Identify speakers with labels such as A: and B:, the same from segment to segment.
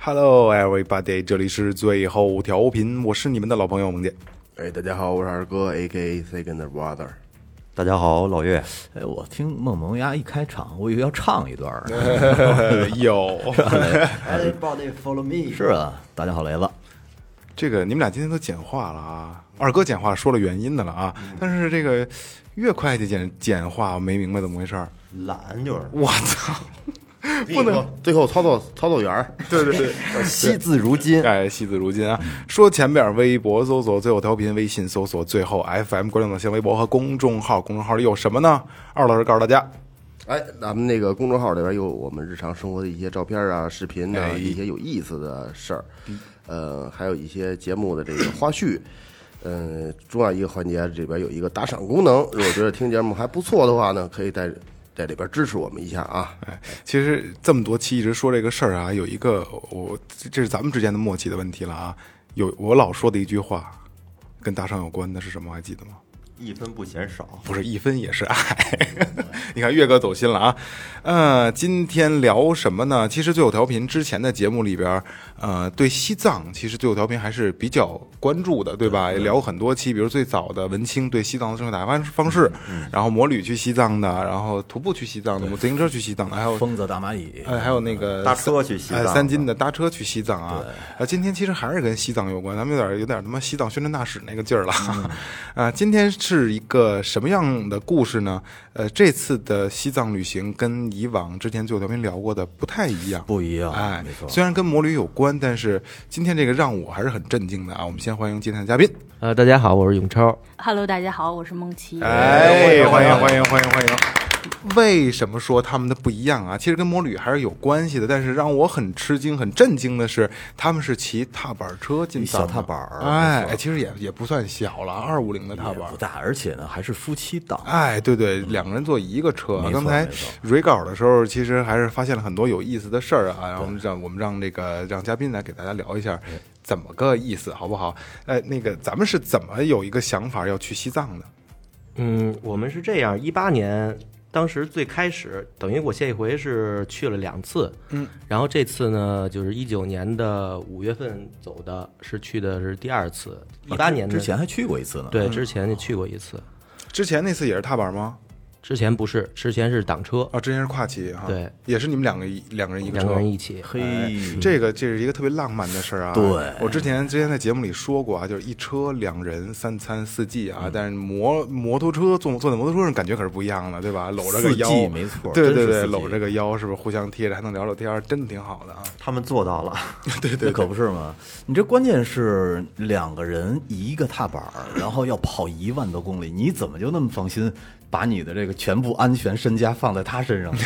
A: Hello, everybody！这里是最后调频，我是你们的老朋友萌姐。
B: 哎，大家好，我是二哥，A K A Second Brother。
C: 大家好，老岳，
D: 哎，我听梦萌丫一开场，我以为要唱一段儿呢。
E: 哎
A: 有
D: Everybody follow me。是啊，大家好，雷子。
A: 这个，你们俩今天都简化了啊。二哥简化说了原因的了啊，但是这个岳会计简简化，我没明白怎么回事儿。
E: 懒就是
A: 我操！
B: 不能，最后操作操作员儿，
A: 对对对，
C: 惜字如金，
A: 哎，惜字如金啊！说前边，微博搜索最后调频，微信搜索最后 FM，关注短信、微博和公众号。公众号里有什么呢？二老师告诉大家，
B: 哎，咱们那个公众号里边有我们日常生活的一些照片啊、视频啊，
A: 哎
B: 一些有意思的事儿，
D: 嗯
B: 呃，还有一些节目的这个花絮。嗯，重要一个环节里边有一个打赏功能， 如果觉得听节目还不错的话呢，可以在在里边支持我们一下啊。
A: 其实这么多期一直说这个事儿啊，有一个我这这是咱们之间的默契的问题了啊。有我老说的一句话，跟打赏有关的是什么？还记得吗？
E: 一分不嫌少。
A: 不是一分也是爱。你看岳哥走心了啊。呃，今天聊什么呢？其实最后调频之前的节目里边，呃，对西藏其实最后调频还是比较关注的，对吧？也聊过很多期，比如最早的文青对西藏的生活打发方式，
E: 嗯
A: 然后摩旅去西藏的，然后徒步去西藏的，自行车去西藏的，还有
D: 疯子大蚂蚁，
A: 呃，还有那个
E: 搭车去西藏
A: 哎三金的搭车去西藏啊。啊，今天其实还是跟西藏有关，咱们有点有点他妈西藏宣传大使那个劲儿了。 啊，今天是一个什么样的故事呢？呃，这次的西藏旅行跟以往之前最后调频聊过的不太一样，
D: 不一样
A: 哎
D: 没，错
A: 虽然跟摩旅有关，但是今天这个让我还是很震惊的啊。我们先欢迎今天的嘉宾，
F: 呃，大家好，我是永超。
G: Hello，大家好，我是梦琪。
A: 哎，欢迎欢迎欢迎欢迎！为什么说他们的不一样啊？其实跟摩旅还是有关系的，但是让我很吃惊、很震惊的是，他们是骑踏板车进藏的，
D: 小踏板儿
A: 哎，哎其实也也不算小了，二五零的踏
D: 也
A: 板儿
D: 不。大，而且呢还是夫妻档。
A: 哎，对对，两个人坐一个车。啊
D: 没错
A: 刚才
D: 没错
A: 蕊稿的时候，其实还是发现了很多有意思的事儿啊。然后我们让我们让这个让嘉宾来给大家聊一下，怎么个意思，好不好？哎，那个咱们是怎么有一个想法要去西藏的？
F: 嗯，我们是这样，一八年当时最开始，等于我这回是去了两次，嗯，然后这次呢，就是一九年的五月份走的，是去的是第二次，一八
B: 嗯
F: 年的
D: 啊之前嗯还去过一次呢。
F: 对，之前就去过一次，
A: 之前那次也是踏板吗？
F: 之前不是，之前是挡
D: 嗯
F: 车，
A: 啊，之前是跨骑哈，
F: 对，
A: 也是你们两个一两个人一个
F: 两
A: 车
F: 个。人一起，
D: 嘿，
E: 哎
A: 这个这是一个特别浪漫的事儿啊！
D: 哎对
A: 我之前之前在节目里说过啊，就是一车两人三餐四季啊，但是摩摩托车坐坐在摩托车上感觉可是不一样的，对吧？搂着个
D: 四
A: 腰，
D: 季没错
A: 对
D: 真
A: 对
D: 是
A: 对，
D: 四季
A: 搂着个腰是不是互相贴着还能聊聊天儿，真的挺好的啊！
E: 他们做到了，
D: 对对，可不是嘛。你这关键是两个人一个踏板儿，然后要跑一万多公里，你怎么就那么放心把你的这个全部安全身家放在他身上呢？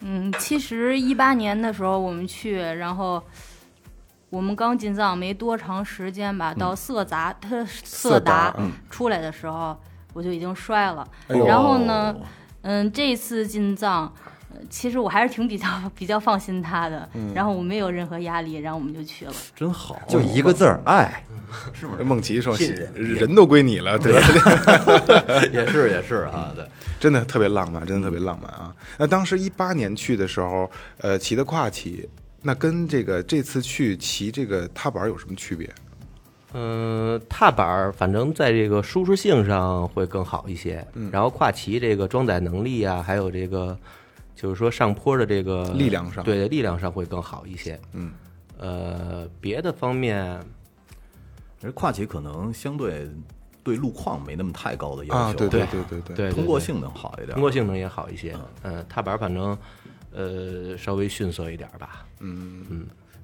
G: 嗯，其实一八年的时候我们去，然后我们刚进藏没多长时间吧，到色达， 它色达出来的时候，我就已经摔了。然后呢，嗯，这次进藏。呃其实我还是挺比较 比较放心他的，然后我没有任何压力，然后我们就去了。
D: 真好，
E: 就一个字儿
D: 哎
E: 爱。
A: 梦琪说人都归你了，对吧？
D: 哎也是也是啊，对，
A: 真的特别浪漫，真的特别浪漫啊！那当时一八年去的时候，呃，骑的跨骑，那跟这个这次去骑这个踏板有什么区别？
F: 嗯、踏板儿反正在这个舒适性上会更好一些，然后跨骑这个装载能力啊，还有这个就是说上坡的这个
A: 力量上
F: 对力量上会更好一些。嗯，呃，别的方面，
D: 而跨骑可能相对对路况没那么太高的要求，
A: 啊，对对对对对
F: 对
D: 通过性能好一点。
F: 通过性能也好一些。嗯、踏板儿反正呃稍微逊色一点儿吧。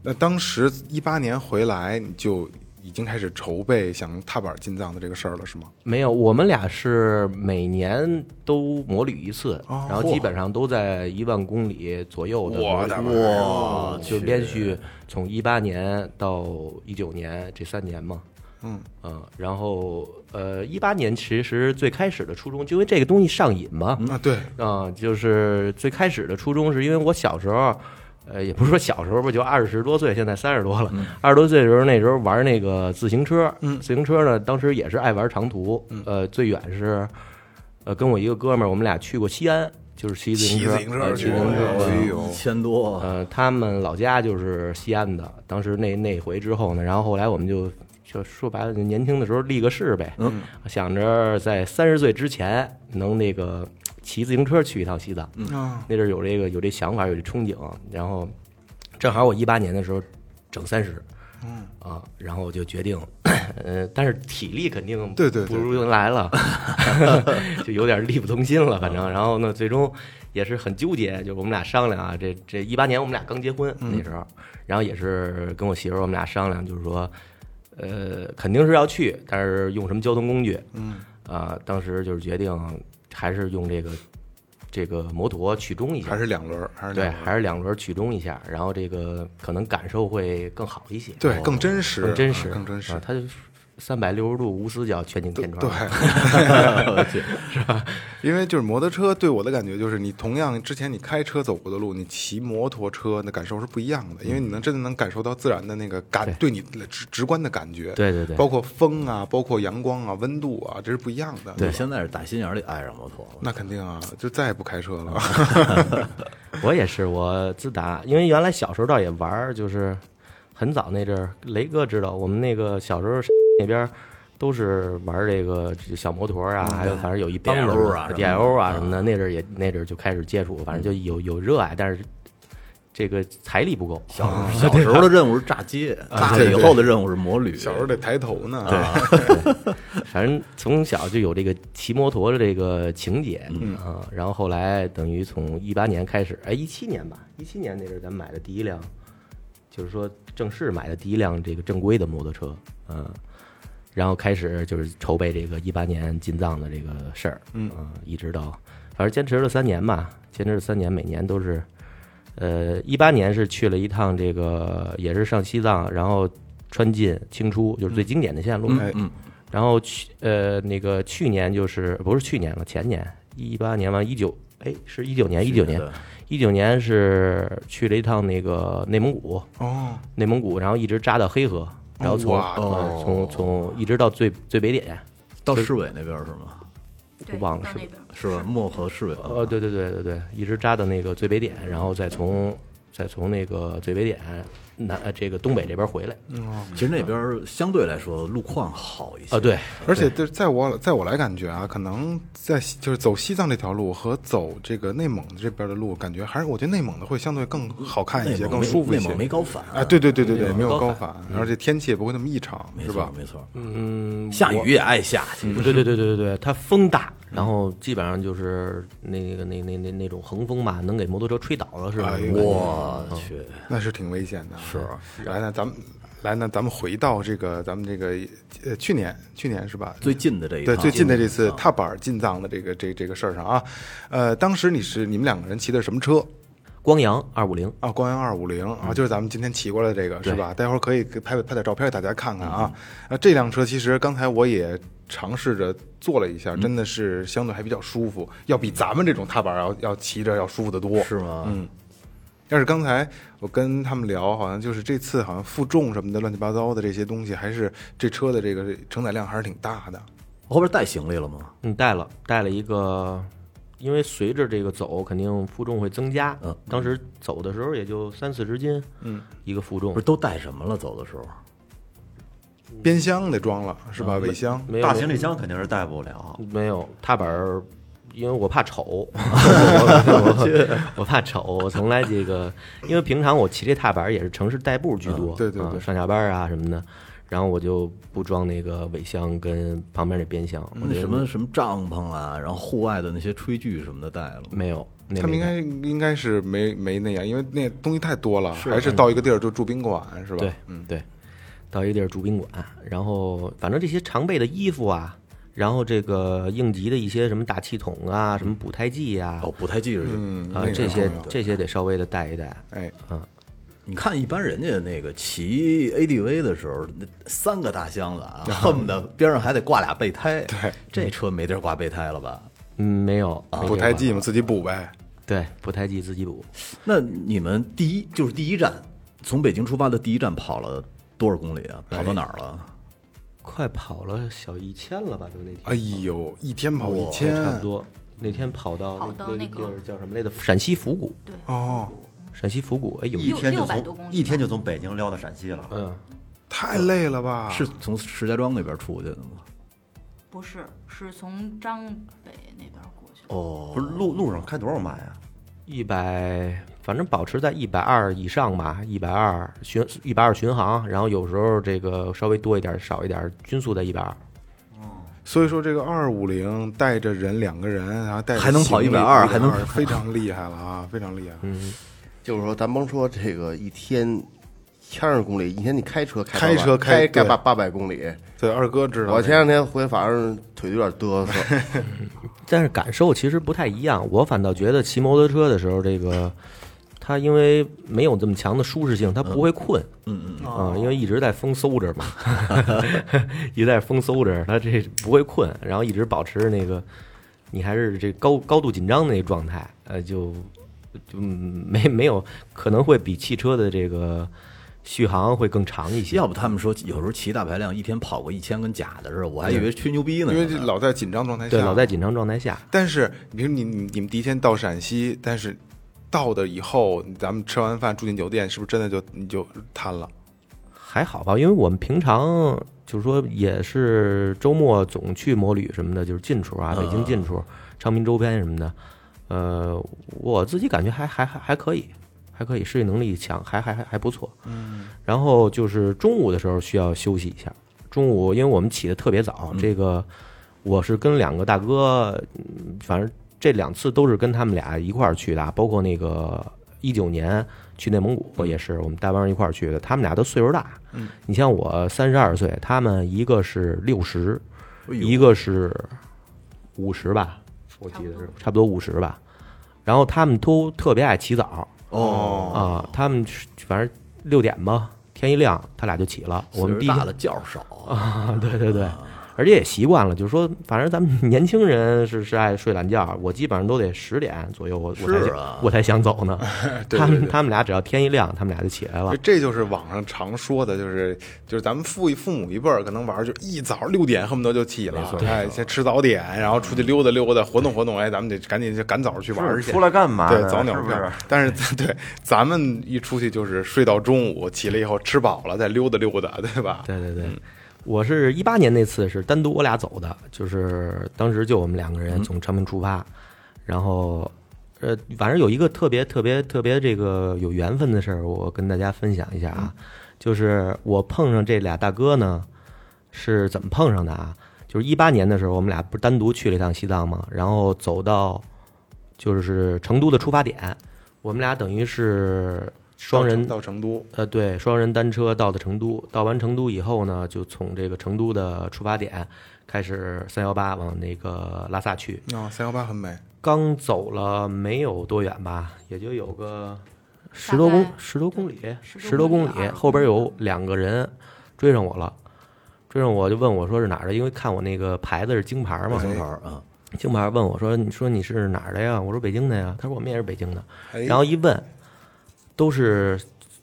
A: 那当时一八年回来，你就已经开始筹备想踏板进藏的这个事儿了，是吗？
F: 没有，我们俩是每年都摩旅一次，
A: 哦
F: 然后基本上都在一万公里左右的摩旅。
D: 哇
F: 就连续从一八年到一九年这三年嘛。
A: 嗯
F: 嗯，然后呃，一八年其实最开始的初衷，就因为这个东西上瘾嘛，
A: 啊，对，
F: 啊、就是最开始的初衷是因为我小时候，呃，也不是说小时候吧，就二十多岁，现在三十多
A: 嗯
F: 了。二十、多岁的时候，那时候玩那个自行车，自行车呢，当时也是爱玩长途，
A: 嗯
F: 呃，最远是，呃，跟我一个哥们儿，我们俩去过西安，就是骑自行
A: 骑
F: 车，
A: 自行车
F: 呃
A: 去
F: 骑自行车，
A: 哎
D: 一
A: 呦，
D: 千多，
F: 呃，他们老家就是西安的，当时那那回之后呢，然后后来我们就就说白了，就年轻的时候立个誓呗，嗯，想着在三十岁之前能那个骑自行车去一趟西藏，嗯，那阵儿有这个有这想法，有这憧憬，然后正好我一八年的时候整三十。嗯啊，然后我就决定， 呃，但是体力肯定
A: 对对对
F: 不如来了， 就有点力不从心了，反
A: 嗯
F: 正。然后呢，最终也是很纠结，就是我们俩商量啊，这这一八年我们俩刚结婚
A: 嗯
F: 那时候，然后也是跟我媳妇儿我们俩商量，就是说，呃，肯定是要去，但是用什么交通工具？嗯，啊，当时就是决定还是用这个这个摩托取中一下，
A: 还是两轮儿，还是
F: 对，
A: 两轮儿
F: 还是两轮取中一下，然后这个可能感受会更好一些，
A: 对，更真实，
F: 更真实，
A: 更真实
F: 啊，它就三百六十度无死角全景天窗，
A: 对， 因为就是摩托车对我的感觉就是，你同样之前你开车走过的路，你骑摩托车那感受是不一样
F: 嗯
A: 的，因为你能真的能感受到自然的那个感，对你直直观的感觉，
F: 对对对
A: 包括风啊，包括阳光啊，温度啊，这是不一样的。
D: 你，现在是打心眼儿里爱上摩托了。
A: 那肯定啊，就再也不开车了。
F: 我也是，我自打因为原来小时候倒也玩儿，就是很早那阵儿，雷哥知道我们那个小时候那边儿都是玩儿这个这小摩托啊，还有反正有一帮子
D: DLO 嗯啊什么的
F: D L 啊什么的，那阵儿也那阵儿就开始接触，反正就有有热爱，但是这个财力不够，
D: 小小时候的任务是炸街，大了以后的任务是摩旅。
A: 小时候得抬头呢，啊
F: 反正从小就有这个骑摩托的这个情节，嗯啊，然后后来等于从一八年开始，哎，一七年吧，一七年那阵儿咱们买的第一辆，就是说正式买的第一辆这个正规的摩托车，嗯、然后开始就是筹备这个一八年进藏的这个事儿，嗯、一直到反正坚持了三年吧，坚持了三年，每年都是，呃，一八年是去了一趟这个也是上西藏，然后穿进清出，就是最经典的线路，
A: 哎，
F: 然后去呃那个去年就是不是去年了，前年一八年完一九哎是一九年一九年一九年是去了一趟那个内蒙古
A: 哦，
F: 内蒙古，然后一直扎到黑河，然后从、
A: 哇
F: 呃从从一直到最最北点，
D: 到市委那边是吗？
G: 对，
F: 忘了
G: 到
F: 是
G: 那边
D: 是吧？漠河市委啊
F: 呃对对对对对，一直扎到那个最北点，然后再从再从那个最北点南呃这个东北这边回来
D: 其实那边儿相对来说路况好一些
F: 啊、对，
A: 而且就是在我在我来感觉啊，可能在西就是走西藏这条路和走这个内蒙这边的路，感觉还是我觉得内蒙的会相对更好看一
D: 内
A: 些，
D: 蒙
A: 更
D: 没
A: 舒服一
D: 内
A: 些。
D: 蒙没高反
A: 啊，对对对对对，没有
F: 高
A: 高反，而且天气也不会那么异常，
D: 嗯没
A: 是
D: 错
A: 吧？
D: 没错，
F: 嗯
D: 下
F: 我
D: 雨也爱下去。
F: 对对对对对对，它风大，然后基本上就是那个那那那那种横风吧，能给摩托车吹倒了是吧？
D: 我去，
A: 那是挺危险的。是，
D: 啊
A: 来呢，咱们来呢，咱们回到这个咱们这个呃去年去年是吧？
D: 最近啊的这一
A: 对
D: 趟
A: 最近的这次踏板进藏的这个这这个事儿上啊，呃，当时你是你们两个人骑的什么车？
F: 光阳二五零，
A: 啊，光阳二五零
F: 嗯
A: 啊，就是咱们今天骑过来的这个是吧？待会儿可以给拍拍点照片给大家看看啊。
F: 嗯
A: 啊，这辆车其实刚才我也尝试着坐了一
F: 嗯
A: 下，真的是相对还比较舒服，要比咱们这种踏板要要骑着要舒服得多。
D: 是吗？嗯，
A: 但是刚才我跟他们聊，好像就是这次好像负重什么的乱七八糟的这些东西，还是这车的这个承载量还是挺大的。
D: 后边带行李了吗？
F: 嗯，带了带了一个，因为随着这个走，肯定负重会增加。
D: 嗯，
F: 当时走的时候也就三四十斤，嗯，一个负重
D: 不是，都带什么了？走的时候
A: 边箱得装了是吧？尾箱
F: 嗯啊没有
E: 大行李箱肯定是带不了，
F: 没有踏板儿，因为我怕丑， 我我我怕丑，我从来这个，因为平常我骑这踏板儿也是城市代步居多，
A: 对对
F: 啊
A: 对
F: 上下班儿啊什么的，然后我就不装那个尾箱跟旁边那边箱，我
D: 那
F: 觉得
D: 什么什么帐篷啊，然后户外的那些炊具什么的带了吗。
F: 没有，那
A: 他们
F: 没
A: 应
F: 带
A: 该应该是没没那样，因为那东西太多了，还是到一个地儿就住宾馆是吧？嗯
F: 对，对。到一个地儿住宾馆，然后反正这些常备的衣服啊，然后这个应急的一些什么打气筒啊、什么补胎剂啊，
D: 哦，补胎剂是
A: 嗯，
F: 啊
A: 那个
F: 这些
A: 朋友
F: 这些得稍微的带一带。
A: 哎，
D: 你看一般人家那个骑 ADV 的时候，那三个大箱子啊，恨不得边上还得挂俩备胎。对，这车没地儿挂备胎了吧？
F: 嗯，没有没
A: 啊补
F: 这
A: 胎
F: 块
A: 剂嘛，自己补呗。
F: 对，补胎剂自己补。
D: 那你们第一就是第一站，从北京出发的第一站跑了多少公里啊？跑到哪儿了？
F: 快跑了小一千了吧？就那天，
A: 哎呦，一天跑一
F: 对
A: 千，
F: 差不多。那天跑到
G: 跑
F: 那
G: 到
F: 那
G: 那
F: 地
G: 个
F: 儿叫什么来着？陕西府谷，
A: 哦，
F: 陕西府谷。哎呦，
E: 一天就
G: 六百多公
E: 从
G: 里
E: 一天就从北京撩到陕西了，
F: 嗯，
A: 太累了吧？
D: 是从石家庄那边出去的吗？
G: 不是，是从张北那边过去的。
D: 哦
E: 不，是路路上开多少迈啊？
F: 一百，反正保持在一百二以上吧，一百二巡一百二巡航，然后有时候这个稍微多一点少一点，均速在一百二。
A: 所以说这个二五零带着人两个人，然后带着
D: 还能跑
A: 行李
D: 120还能
A: 120非常厉害了啊，非常厉害。
F: 嗯，
B: 就是说，咱甭说这个一天千十公里，一天你开车开
A: 开车
B: 到开
A: 开对
B: 八八百公里。
A: 对，二哥知道
B: 我
A: 这
B: 前
A: 个
B: 两天回，反正腿有点嘚瑟，
F: 但是感受其实不太一样。我反倒觉得骑摩托车的时候，这个它因为没有这么强的舒适性，它不会困。嗯嗯啊，因为一直在风搜着嘛， 一直在风搜着，它这不会困，然后一直保持那个你还是这高高度紧张的那个状态，呃，就就没没有可能会比汽车的这个续航会更长一些
D: 要。不他们说有时候骑大排量一天跑个一千跟假的似的，我还以为吹牛逼呢。
A: 因为这老在紧张状态下，
F: 对，老在紧张状态下，
A: 但是，比如你你你们第一天到陕西，但是到的以后，咱们吃完饭住进酒店，是不是真的就你就瘫了？
F: 还好吧，因为我们平常就是说也是周末总去摩旅什么的，就是近处啊，北京近处、昌平周边什么的。呃，我自己感觉还还还还可以，还可以，适应能力强，还还还还不错。嗯。然后就是中午的时候需要休息一下，中午因为我们起的特别早，这个我是跟两个大哥，嗯反正这两次都是跟他们俩一块儿去的啊，包括那个一九年去内蒙古也是我们大帮人一块儿去的，他们俩都岁数大。你像我三十二岁，他们一个是六十，
D: 哎
F: 一个是五十吧，我记得是差不多五十吧。然后他们都特别爱起早
D: 哦，
F: 啊、他们是反正六点吧，天一亮他俩就起了。我们第一
D: 岁数
F: 天
D: 大的觉儿少啊，
F: 啊，对对对，而且也习惯了，就是说，反正咱们 年轻人是是爱睡懒觉，我基本上都得十点左右，我我才
D: 是
F: 想
D: 啊
F: 我才想走呢。
A: 对
F: 他
A: 对
F: 们
A: 对
F: 他们俩只要天一亮，他们俩就起来了
A: 就。这就是网上常说的，就是就是咱们父父母一辈儿可能玩儿，就一早六点恨不得就起了，哎，先吃早点，然后出去溜达溜达，活动活动，哎，咱们得赶紧就赶早去玩儿去。
E: 出来干嘛
A: 对
E: 呢？，
A: 早鸟
E: 是不
A: 票
E: 是？。
A: 但是对咱 们一出去就是睡到中午，起来以后吃饱了再溜达溜达，对吧？
F: 对对对，我是一八年那次是单独我俩走的，就是当时就我们两个人从昌平出发，然后呃，反正有一个特别特别特别这个有缘分的事儿，我跟大家分享一下啊，就是我碰上这俩大哥呢是怎么碰上的啊？就是一八年的时候，我们俩不是单独去了一趟西藏嘛，然后走到就是成都的出发点，我们俩等于是双人
A: 到成都，
F: 呃，对，双人单车到的成都，到完成都以后呢，就从这个成都的出发点开始三幺八往那个拉萨去。
A: 啊，三幺八很美，
F: 刚走了没有多远吧，也就有个十多公
G: 大概
F: 十多公里，
G: 十
F: 十多
G: 多
F: 公
G: 公
F: 里
G: 里，啊
F: 后边有两个人追上我了，追上我就问我说是哪儿的，因为看我那个牌子是京牌嘛，京牌
D: 啊，
F: 京牌问我说你说你是哪儿的呀？我说北京的呀，他说我们也是北京的，
A: 哎
F: 然后一问都是。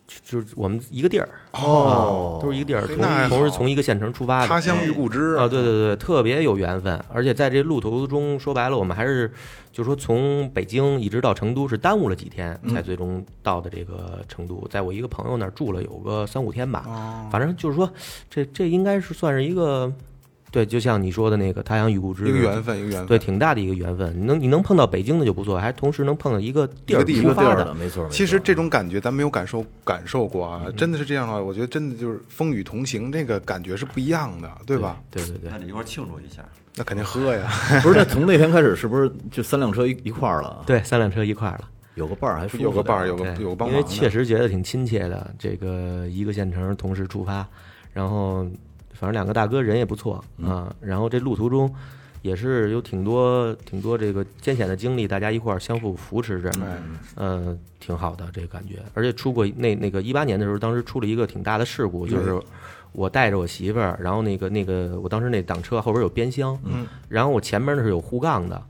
F: 就就是我们一个地儿，
D: 哦
F: 啊都是一个地儿，
A: 嘿
F: 同
A: 那还好
F: 同时从一个县城出发的，
A: 他乡遇故知
F: 啊，对对对，特别有缘分。而且在这路途中，说白了，我们还是就是说从北京一直到成都是耽误了几天，
A: 嗯
F: 才最终到的这个成都。在我一个朋友那儿住了有个三五天吧，
A: 哦
F: 反正就是说这这应该是算是一个，对，就像你说的那个他乡遇故知，
A: 一个缘分，一个缘分。
F: 对，挺大的一个缘分。你能你能碰到北京的就不错，还同时能碰到一个地
A: 一
F: 儿
A: 个地
F: 出
A: 方
F: 发
D: 的，
F: 的，
D: 没错。没错
A: 其实这种感觉咱没有感受感受过
F: 嗯
A: 啊，真的是这样的话，我觉得真的就是风雨同行，这个感觉是不一样的，对吧？
F: 对对对
E: 那，得一块儿庆祝一下。
A: 那肯定喝呀，
D: 不是，那从那天开始是不是就三辆车一一块儿了？，
F: 对，三辆车一块儿了。
D: 有个伴儿还舒服
A: 有个伴儿，
D: 点
A: 有个
F: 对
A: 有个帮
F: 因
A: 忙
F: 为
A: 的，
F: 确实觉得挺亲切的。这个一个县城同时出发，然后反正两个大哥人也不错
A: 嗯
F: 啊，然后这路途中也是有挺多挺多这个艰险的经历，大家一块儿相互扶持着，
A: 哎
F: 呃，挺好的这个感觉。而且出过那那个一八年的时候，当时出了一个挺大的事故，就是。我带着我媳妇儿，然后那个那个，我当时那挡车后边有边箱，嗯，然后我前面呢是有护杠的，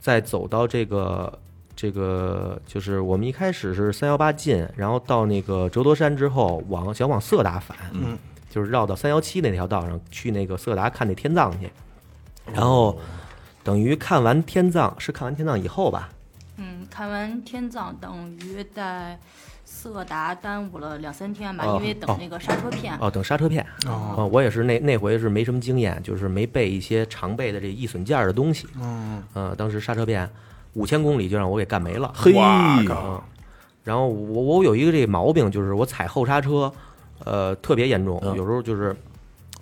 F: 再走到这个这个，就是我们一开始是三幺八进，然后到那个折多山之后，往想往色达反，嗯，就是绕到三幺七那条道上去那个色达看那天葬去，然后等于看完天葬是看完天葬以后吧，
G: 嗯，看完天葬等于在色达耽误了两三天吧，
F: 哦
G: 因为等那个刹车片。
F: 哦，等刹车片。哦、我也是那那回是没什么经验，就是没备一些常备的这易损件儿的东西。嗯，呃，当时刹车片五千公里就让我给干没了。
D: 嘿，
F: 嗯，然后我我有一个这毛病，就是我踩后刹车，呃，特别严重，有时候就是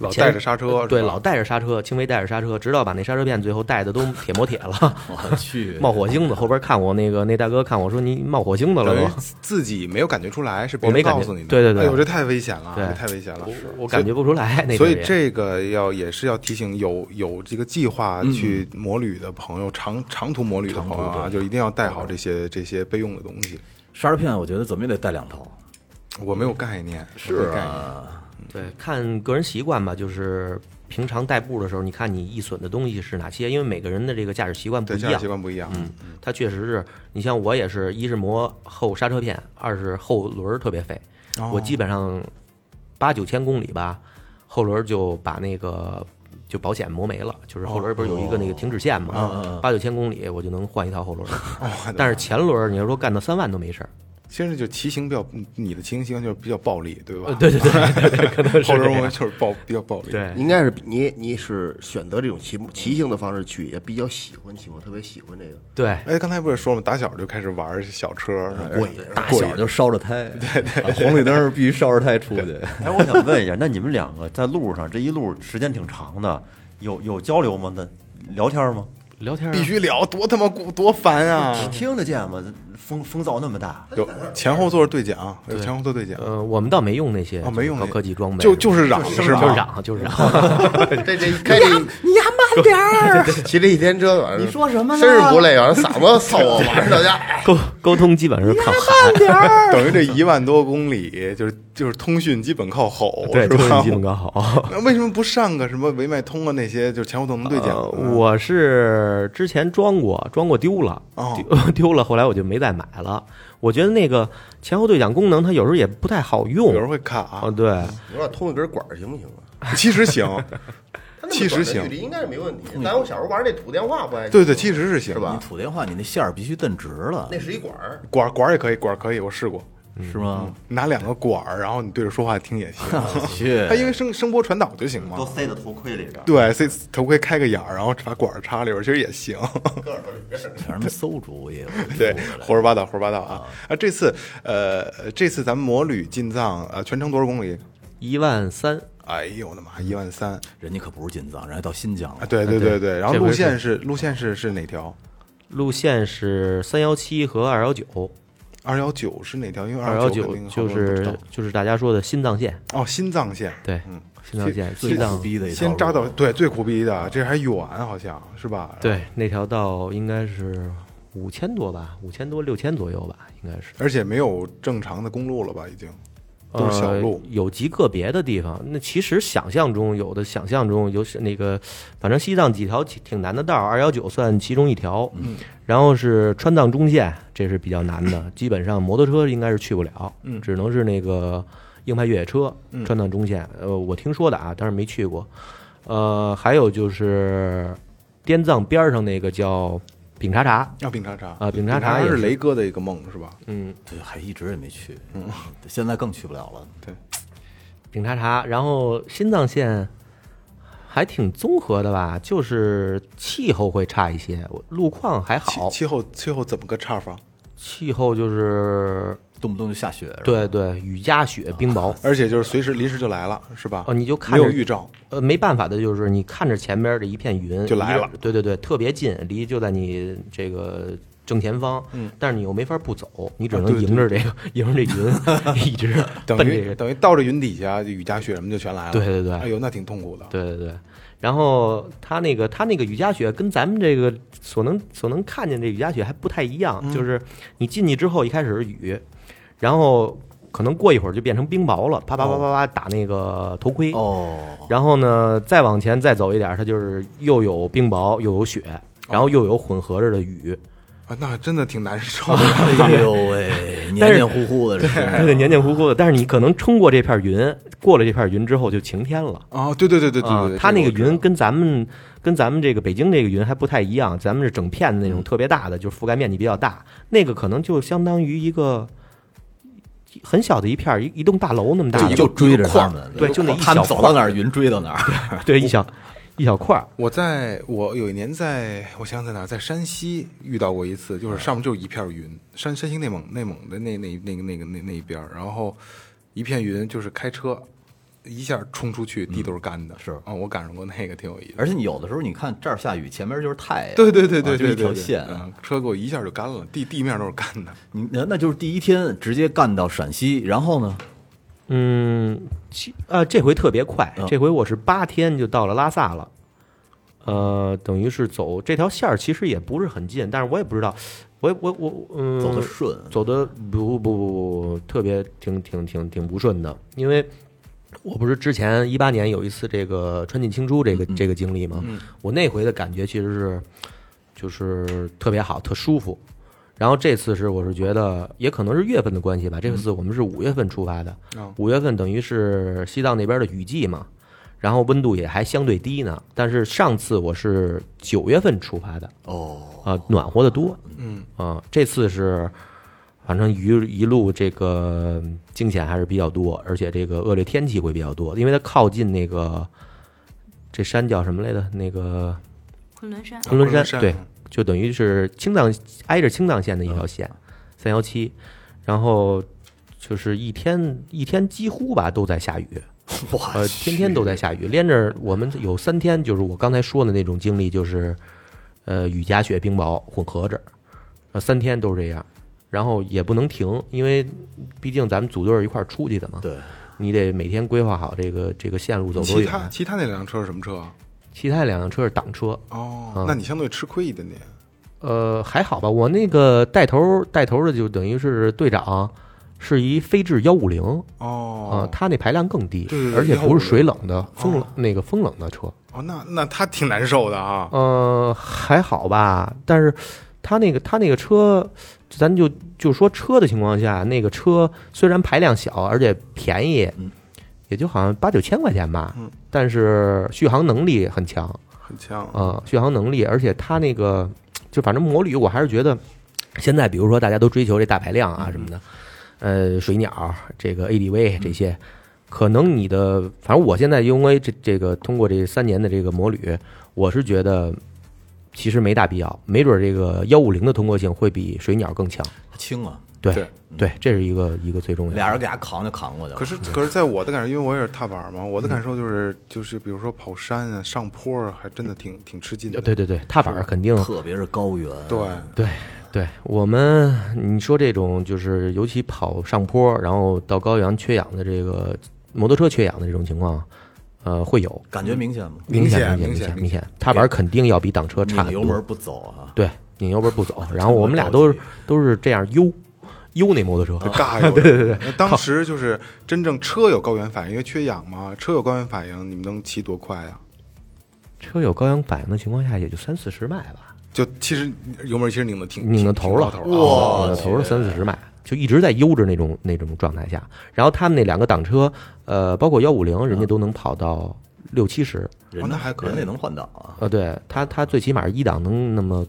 A: 老
F: 前呃
A: 带着刹车，
F: 对，
A: 是吧
F: 老带着刹车，轻微带着刹车，直到把那刹车片最后带的都铁磨铁了，
D: 我去，
F: 冒火星子。后边看我那个那大哥看我说你冒火星子了
A: 等于
F: 都，
A: 自己没有感觉出来，是别
F: 我没
A: 人
F: 感觉
A: 告诉你的。
F: 对对对
A: 哎呦，这太危险了，
F: 对
A: 这太危险了。
F: 我 我感觉不出来。那
A: 所以
F: 个人
A: 这个要也是要提醒有有这个计划去摩旅的朋友，长长途摩旅的朋友啊，就一定要带好这些这些备用的东西。
D: 沙拉片我觉得怎么也得带两套，
A: 我没有概念，我没
D: 是
A: 有概念。
D: 啊，
F: 对，看个人习惯吧，就是平常代步的时候，你看你易损的东西是哪些，因为每个人的这个驾驶习惯不
A: 对，
F: 一
A: 驾驶
F: 样
A: 习。惯不一样。嗯，
F: 它确实是你像我也是，一是磨后刹车片，二是后轮儿特别费，
A: 哦
F: 我基本上八九千公里吧，后轮儿就把那个。就保险磨没了，就是后轮儿不是有一个那个
A: 哦
F: 停止线嘛，八九千公里我就能换一套后轮儿，
A: 哦
F: 但是前轮儿你要说干到三万都没事儿，
A: 其实就骑行比较，你的骑行习惯就是比较暴力，对吧？
F: 对对对对，可能 是
A: 后
F: 这
A: 轮
F: 样
A: 我们就是暴比较暴力。
F: 对，
B: 应该是你你是选择这种骑骑行的方式去，也比较喜欢骑，我特别喜欢这个。
F: 对，
A: 哎，刚才不是说了吗？打小就开始玩小车，
B: 过瘾
D: 打小就烧着胎，对对，红绿灯儿必须烧着胎出去。
E: 哎，我想问一下，那你们两个在路上这一路时间挺长的，有有交流吗？那聊天吗？
F: 聊天儿啊
A: 哎必须聊，多他妈古多烦啊！
E: 听得见吗？风风噪那么大，
A: 有前后座对讲，有前后座对讲。
F: 呃，我们倒没用那些
A: 哦，没用那
F: 高科技装备，
A: 就就是嚷
F: 就是
A: 吗
F: 嚷，就是嚷。
B: 这这开这你呀慢点儿， 骑这一天车，晚上你说什么呢？身是不累，晚上嗓子凑合，晚上到家，
A: 哎
F: 沟沟通基本上是靠喊，
A: 等于这一万多公里，就是就是通讯基本靠吼，
F: 对，
A: 是
F: 沟
A: 吧
F: 通基？本搞好。
A: 那为什么不上个什么维迈通啊那些，就是前后都能对讲嗯
F: 呃
A: 的呢？
F: 我是之前装过，装过丢了，
A: 哦
F: 丢 丢了，后来我就没再买了。我觉得那个前后对讲功能，它有时候也不太好用
A: 有时。候会卡、啊
F: 哦，对，
B: 我说通一根管儿行不行啊？
A: 其实 行，
B: 它那么
A: 其实
B: 短的
A: 行
B: 距离应该是没问题。咱我小时候玩那土电话不爱
A: 对对，其实是行
B: 是吧
D: 你土电话，你那线儿必须蹬直了，
B: 那是一管儿，
A: 管管儿也可以，管儿可以，我试过，
D: 是吗？
A: 拿两个管儿，然后你对着说话听也 行。
D: 我去
A: 它，因为声声波传导就行
E: 都
A: 嘛。
E: 塞在头盔里边。
A: 对，所以头盔开个眼儿，然后把管儿插里边儿，其实也 行。
D: 全是他妈馊主意，我
A: 对，胡说八道，胡说八道啊！啊，这次呃，这次咱们摩旅进藏呃，全程多少公里？
F: 一万三，
A: 哎呦我的
D: 嗯
A: 妈，一万三
D: 人家可不是进藏，人家到新疆
A: 啊！
D: 了。
A: 对对对对，然后
F: 这
A: 路
F: 回是
A: 线是路线是是哪条？
F: 路线是三幺七和二幺九，
A: 二幺九是哪条？因为
F: 二
A: 幺
F: 幺
A: 九
F: 九就是就是大家说的心脏线，
A: 哦，新藏线，
F: 对，
A: 嗯，
F: 心脏线，
A: 先
F: 心脏
D: 逼的一条
A: 先
D: 路
A: 扎到对最苦逼的，这还远好像是吧？，
F: 对，那条道应该是五千多吧，五千多六千左右吧，应该是
A: 而且没有正常的公路了吧？已经都是小路
F: 呃，有极个别的地方。那其实想象中有的，想象中有是那个，反正西藏几条挺挺难的道，二幺九算其中一条。嗯，然后是川藏中线，这是比较难 的，基本上摩托车应该是去不了，嗯，只能是那个硬派越野车。
A: 嗯
F: 川藏中线，呃，我听说的啊，但是没去过。呃，还有就是滇藏边儿上那个叫丙察察，
A: 啊，丙察察
F: 啊丙
A: 察
F: 察察也
A: 是
F: 是
A: 雷哥的一个梦是吧？
F: 嗯，
D: 对，还一直也没去，现在更去不了了。
F: 丙察察，然后新藏线还挺综合的吧，就是气候会差一些，我路况还
A: 气
F: 好，气
A: 气候气候怎么个差法？
F: 候就是
D: 动不动就下雪，是吧，
F: 对对，雨夹雪冰雹。
A: 而且就是随时临时就来了是吧？
F: 哦，你就看
A: 啊没
F: 着
A: 有预兆，
F: 呃，没办法的，就是你看着前边的一片云
A: 就来了
F: 离对对对，特别近，离就在你这个正前方，
A: 嗯，
F: 但是你又没法不走，你只
A: 啊
F: 能
A: 对
F: 迎着这个、 迎着这 云一直
A: 等
F: 奔这
A: 于
F: 个。
A: 等于到这云底下，雨夹雪什么就全来了。
F: 对对对
A: 哎呦，那挺痛苦的。
F: 对对对，然后他那个他那个雨夹雪跟咱们这个所能所能看见这雨夹雪还不太一样，就是你进去之后一开始是雨，然后可能过一会儿就变成冰雹了，啪啪啪啪啪打那个头盔，
D: 哦，
F: 然后呢再往前再走一点，它就是又有冰雹又有雪，然后又有混合着的雨，
A: 啊，那真的挺难受
F: 啊
A: 的。
D: 哎呦喂，黏黏糊糊的，这
F: 它得黏黏糊糊的，但是你可能冲过这片云，过了这片云之后就晴天了。
A: 啊，对对对对对
F: 啊
A: 对对，
F: 它那
A: 这
F: 个
A: 我知道
F: 云跟咱们跟咱们这个北京这个云还不太一样，咱们是整片的那种特别大的，就是覆盖面积比较大，那个可能就相当于一个很小的一片儿一一栋大楼那么大的，
D: 就追着他们，
F: 对就那一
D: 他们
F: 小
D: 走
F: 块
D: 到哪儿，云追到哪儿。
F: 对一小一小块儿。
A: 我在我有一年在我想想在哪儿，在山西遇到过一次，就是上面就是一片云，山山西内蒙内蒙的那那那个那个那那一边儿，然后一片云就是开车一下冲出去，地都是干的。
D: 是
A: 啊，我赶上过那个挺有意思。
D: 而且你有的时候你看这儿下雨，前面就是太阳，
A: 对对对
D: 啊
A: 对
D: 就一
A: 对对，
D: 条
A: 对
D: 线。
A: 嗯，车给我一下就干了，地地面都是干的。
D: 你那那就是第一天直接干到陕西，然后呢，
F: 嗯，其呃这回特别快
D: 嗯，
F: 这回我是八天就到了拉萨了。呃，等于是走这条线儿，其实也不是很近，但是我也不知道，我也我我嗯，
D: 走的顺，
F: 走的不不不不特别挺挺挺挺不顺的，因为我不是之前一八年有一次这个穿进青珠这个、
A: 嗯
F: 这个经历吗？我那回的感觉其实是就是特别好，特舒服。然后这次是我是觉得也可能是月份的关系吧，这次我们是五月份出发的
A: 嗯哦，
F: 五、月份等于是西藏那边的雨季嘛，然后温度也还相对低呢。但是上次我是九月份出发的，
D: 哦，
F: 啊、暖和的多，
A: 嗯
F: 啊、这次是反正一一路这个嗯惊险还是比较多，而且这个恶劣天气会比较多，因为它靠近那个这山叫什么来着？那个
G: 昆仑山，
F: 昆仑山，
A: 啊山
F: 对，就等于是青藏挨着青藏线的一条线，三幺七，然后就是一天一天几乎吧都在下雨，
D: 哇，
F: 呃，天天都在下雨，连着我们有三天，就是我刚才说的那种经历，就是呃雨夹雪冰雹混合着，呃三天都是这样，然后也不能停，因为毕竟咱们组队儿一块儿出去的嘛，
D: 对，
F: 你得每天规划好这个这个线路走多
A: 其
F: 远。
A: 他其他那两辆车是什么车啊？
F: 其他两辆车是挡车，
A: 哦
F: 嗯，
A: 那你相对吃亏一点点。
F: 呃还好吧，我那个带头带头的就等于是队长，是一飞智幺五零啊
A: 哦，，
F: 他那排量更低
A: 对对，对
F: 而且不是
A: 150
F: 水冷的风冷那个风冷的车。
A: 哦，那那他挺难受的啊。
F: 呃，还好吧，但是他那个他那个车，咱就就说车的情况下，那个车虽然排量小，而且便宜，也就好像八九千块钱吧，
A: 嗯
F: 但是续航能力很强
A: 很强
F: 啊、，呃续航能力，而且它那个就反正摩旅，我还是觉得现在比如说大家都追求这大排量
D: 嗯
F: 啊什么的，呃，水鸟这个 ADV 这些。可能你的，反正我现在因为这这个通过这三年的这个摩旅，我是觉得其实没大必要，没准儿这个幺五零的通过性会比水鸟更强。
D: 轻啊，
F: 对
A: 对
F: 对这是一个一个最重要的。
D: 俩人给他扛就扛过去了。
A: 可是，可是，在我的感受，因为我也是踏板儿嘛，我的感受就是，就是比如说跑山啊、上坡啊，还真的挺挺吃劲的。
F: 呃对啊对对，踏板儿肯定
D: 特别是高原，
A: 对，
F: 对对。我们你说这种就是尤其跑上坡，然后到高原缺氧的这个摩托车缺氧的这种情况，呃，会有
D: 感觉明显吗？
F: 明显
A: 显明
F: 明
A: 显
F: 显明
A: 明
F: 显，踏板儿肯定要比挡车差
D: 拧
F: 得
D: 油
F: 多。
D: 门不走啊，
F: 对，拧油门不走。然后我们俩都是都是这样悠悠那摩托车。
A: 尬 呀！对对对，当时就是真正车有高原反应，因为缺氧嘛，车有高原反应，你们能骑多快啊？
F: 车有高原反应的情况下，也就三四十迈吧，
A: 就其实油门其实拧的挺
F: 拧到头了，
A: 挺到
F: 嗯
A: 头了啊。
F: 哇，拧到头了三四十迈，就一直在悠着那种那种状态下。然后他们那两个挡车，呃，包括幺五零，人家都能跑到六七十，
D: 人
A: 哦
D: 家
A: 那还可以
D: 人家能换挡啊，
F: 呃，对他他最起码一档能那么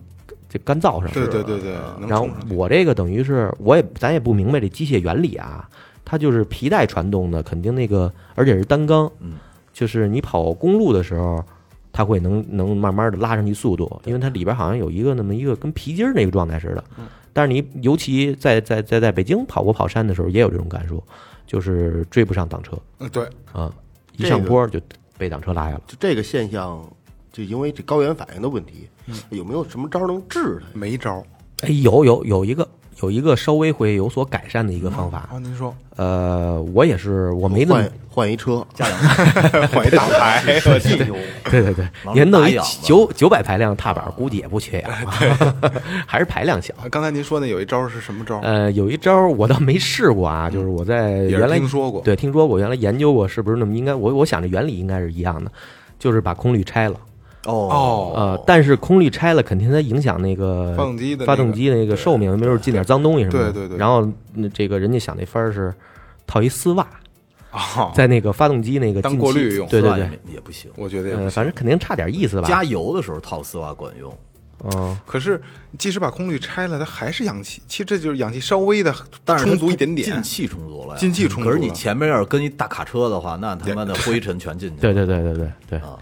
F: 这干燥上，
A: 对对对对，能
F: 啊然后
A: 冲上去
F: 我这个等于是我也咱也不明白这机械原理啊，它就是皮带传动的，肯定那个而且是单缸，
D: 嗯，
F: 就是你跑公路的时候，它会能能慢慢的拉上去速度，因为它里边好像有一个那么一个跟皮筋儿那个状态似的。
A: 嗯
F: 但是你尤其在在在在北京跑过跑山的时候，也有这种感受，就是追不上挡车
A: 嗯对，
F: 啊，
B: 这
F: 一
B: 个
F: 上坡就被挡车拉下了。
B: 就这个嗯现象，就因为这高原反应的问题，有没有什么招能治它呀？
A: 没招儿，
F: 哎，有有有一个有一个稍微会有所改善的一个方法。
A: 啊，您说
F: 呃，我也是，我没那么
B: 换换一车，啊
A: 换一大牌，我去
F: 对对对，
D: 往
F: 您
D: 上
F: 弄
D: 打
F: 一
D: 氧吧
F: 九九百排量踏板，估计也不缺氧，啊 还是排量小。
A: 啊刚才您说那有一招是什么招？
F: 呃，有一招儿我倒没试过啊，就是我在
A: 嗯也是
F: 原来
A: 听说过
F: 对，听说过，原来研究过是不是那么应该，我我想着原理应该是一样的，就是把空滤拆了，
D: 哦，
A: 哦，
F: 呃，但是空滤拆了肯定它影响那个
A: 发动机的那个
F: 发动机那个寿命，没准进点脏东西什么的。
A: 对对对
F: 然后嗯这个人家想那法儿是套一丝袜，
A: 啊，
F: 在那个发动机那个
A: 当
F: 进
A: 过
F: 气
A: 滤用
F: 对对对，
D: 也也不行。
A: 我觉得也不
F: 呃，
A: 行
F: 反正肯定差点意思吧。
D: 加油的时候套丝袜管用，
F: 嗯，
A: 可是，即使把空滤拆了，它还是氧气。其实这就是氧气稍微的
D: 但是它
A: 充足一点
D: 进
A: 点。
D: 气充足了呀，
A: 进气充足了
D: 可是你前面要是跟一大卡车的话，那他妈的灰尘全进去了。
F: 对对对对对对，
D: 啊，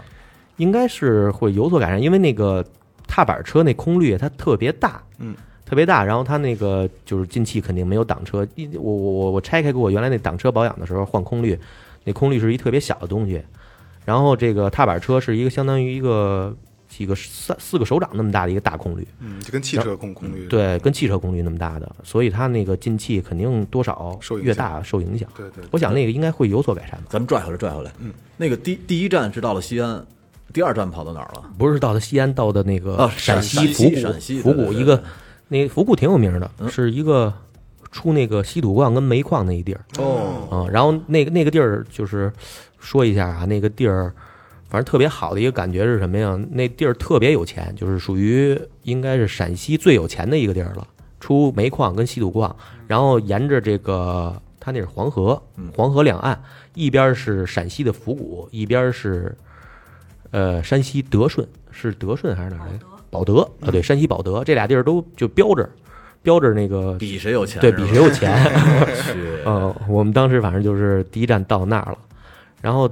F: 应该是会有所改善，因为那个踏板车那空滤它特别大，
A: 嗯，
F: 特别大，然后它那个就是进气肯定没有挡车。一我我我我拆开过，我原来那挡车保养的时候换空滤，那空滤是一特别小的东西，然后这个踏板车是一个相当于一个几个三四个手掌那么大的一个大空滤，
A: 嗯，就跟汽车空空滤。
F: 对，跟汽车空滤那么大的，所以它那个进气肯定多少
A: 受影
F: 越
A: 响
F: 大受影响。
A: 对对对
F: 我想那个应该会有所改善吧。
D: 咱们拽回来，拽回来。嗯，那个第第一站是到了西安，第二站跑到哪儿了？
F: 不是到的西安，到的那个
D: 啊
F: 陕
D: 陕
F: 西
D: 西
F: 府谷，
D: 陕西
F: 府
D: 对
F: 谷
D: 对对
F: 一个，那府谷挺有名的，是一个出那个稀土矿跟煤矿那一地儿
D: 哦，
F: 啊、然后那个那个地儿就是说一下啊，那个地儿反正特别好的一个感觉是什么呀？那地儿特别有钱，就是属于应该是陕西最有钱的一个地儿了，出煤矿跟稀土矿，然后沿着这个它那是黄河，
D: 嗯
F: 黄河两岸一边是陕西的府谷，一边是呃，山西德顺是德顺还是哪儿来着？保德啊，
D: 嗯
F: 对，山西保德这俩地儿都就标志，标志那个
D: 比谁有钱？
F: 对比谁有钱。？
D: 去
F: 呃，我们当时反正就是第一站到那儿了，然后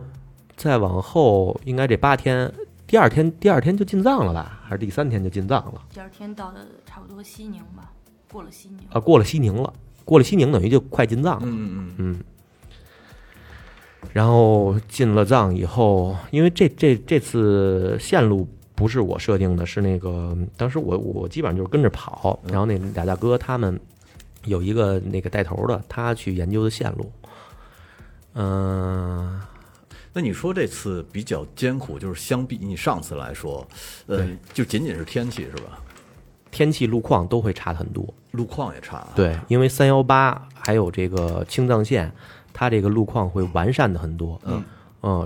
F: 再往后应该这八天，第二天第二天就进藏了吧，还是第三天就进藏了？
G: 第二天到的差不多西宁吧，过了西宁
F: 啊，过了西宁了，过了西宁等于就快进藏了。
D: 嗯嗯嗯，
F: 然后进了藏以后，因为这这这次线路不是我设定的，是那个当时我我基本上就是跟着跑，然后那俩大哥他们有一个那个带头的，他去研究的线路，嗯、
D: 那你说这次比较艰苦，就是相比你上次来说，呃，就仅仅是天气是吧？
F: 天气路况都会差很多，
D: 路况也差、啊，，
F: 对，因为三幺八还有这个青藏线，它这个路况会完善的很多。嗯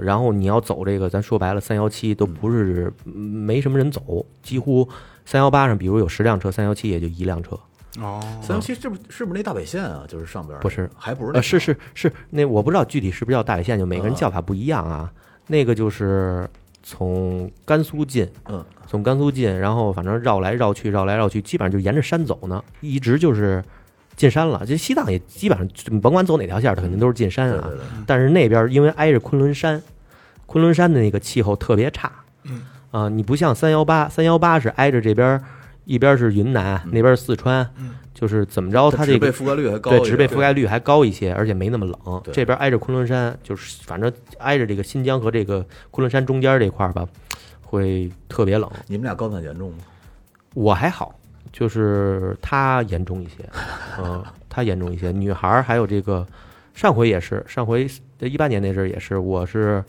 F: 然后你要走这个，咱说白了，三幺七都不是嗯没什么人走，几乎三幺八上，比如有十辆车，三幺七也就一辆车。
A: 哦，
D: 三幺七是不是是不是那大北线啊？就是上边儿
F: 不是
D: 还不是那
F: 呃，是
D: 条
F: 是是，那我不知道具体是不是叫大北线，就每个人
D: 嗯
F: 叫法不一样啊。那个就是从甘肃进，
D: 嗯，
F: 从甘肃进，然后反正绕来绕去，绕来绕去，基本上就沿着山走呢，一直就是进山了。这西藏也基本上就，你甭管走哪条线儿，它肯定都是进山啊。但是那边儿因为挨着昆仑山，昆仑山的那个气候特别差，嗯啊、你不像三幺八，三幺八是挨着这边儿，一边儿是云南，
D: 嗯
F: 那边儿是四川，就是怎么哦着，它这
D: 植嗯被
F: 个
D: 覆盖率还高一
F: 对
D: 点，
F: 植被覆盖率还高一些，而且没那么冷。
D: 对
F: 这边挨着昆仑山，就是反正挨着这个新疆和这个昆仑山中间这块儿吧，会特别冷。
D: 你们俩高反严重吗？
F: 我还好，就是他严重一些，嗯，他严重一些。女孩儿还有这个，上回也是，上回呃一八年那阵儿也是，我是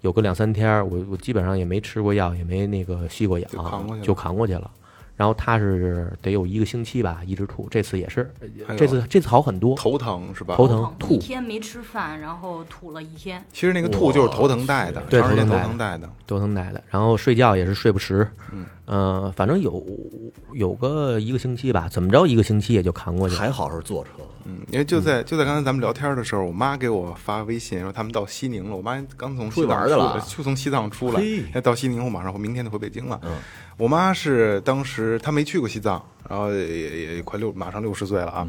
F: 有个两三天儿，我我基本上也没吃过药，也没那个吸过氧，
A: 就扛过去了
F: 就扛过去了。然后他是得有一个星期吧，一直吐。这次也是
A: 还，有
F: 这次这次好很多，
A: 头疼是吧？
F: 头疼
G: 一
F: 吐，
G: 天没吃饭，然后吐了一天，
A: 其实那个吐就是头疼带的，
F: 对
A: 长时间
F: 头
A: 头
F: 疼
A: 疼带的。
F: 头疼奶的，然后睡觉也是睡不实，嗯，呃，反正有有个一个星期吧，怎么着一个星期也就扛过去了。
D: 还好是坐车，
A: 嗯，因为就在就在刚才咱们聊天的时候，我妈给我发微信说他们到西宁了。我妈刚从
D: 出去
A: 西藏
D: 玩去了
A: 出就从西藏出来
D: 嘿，嗯
A: 那到西宁，我马上我明天就回北京了。我妈是当时她没去过西藏，然后也也快六马上六十岁了啊，
D: 嗯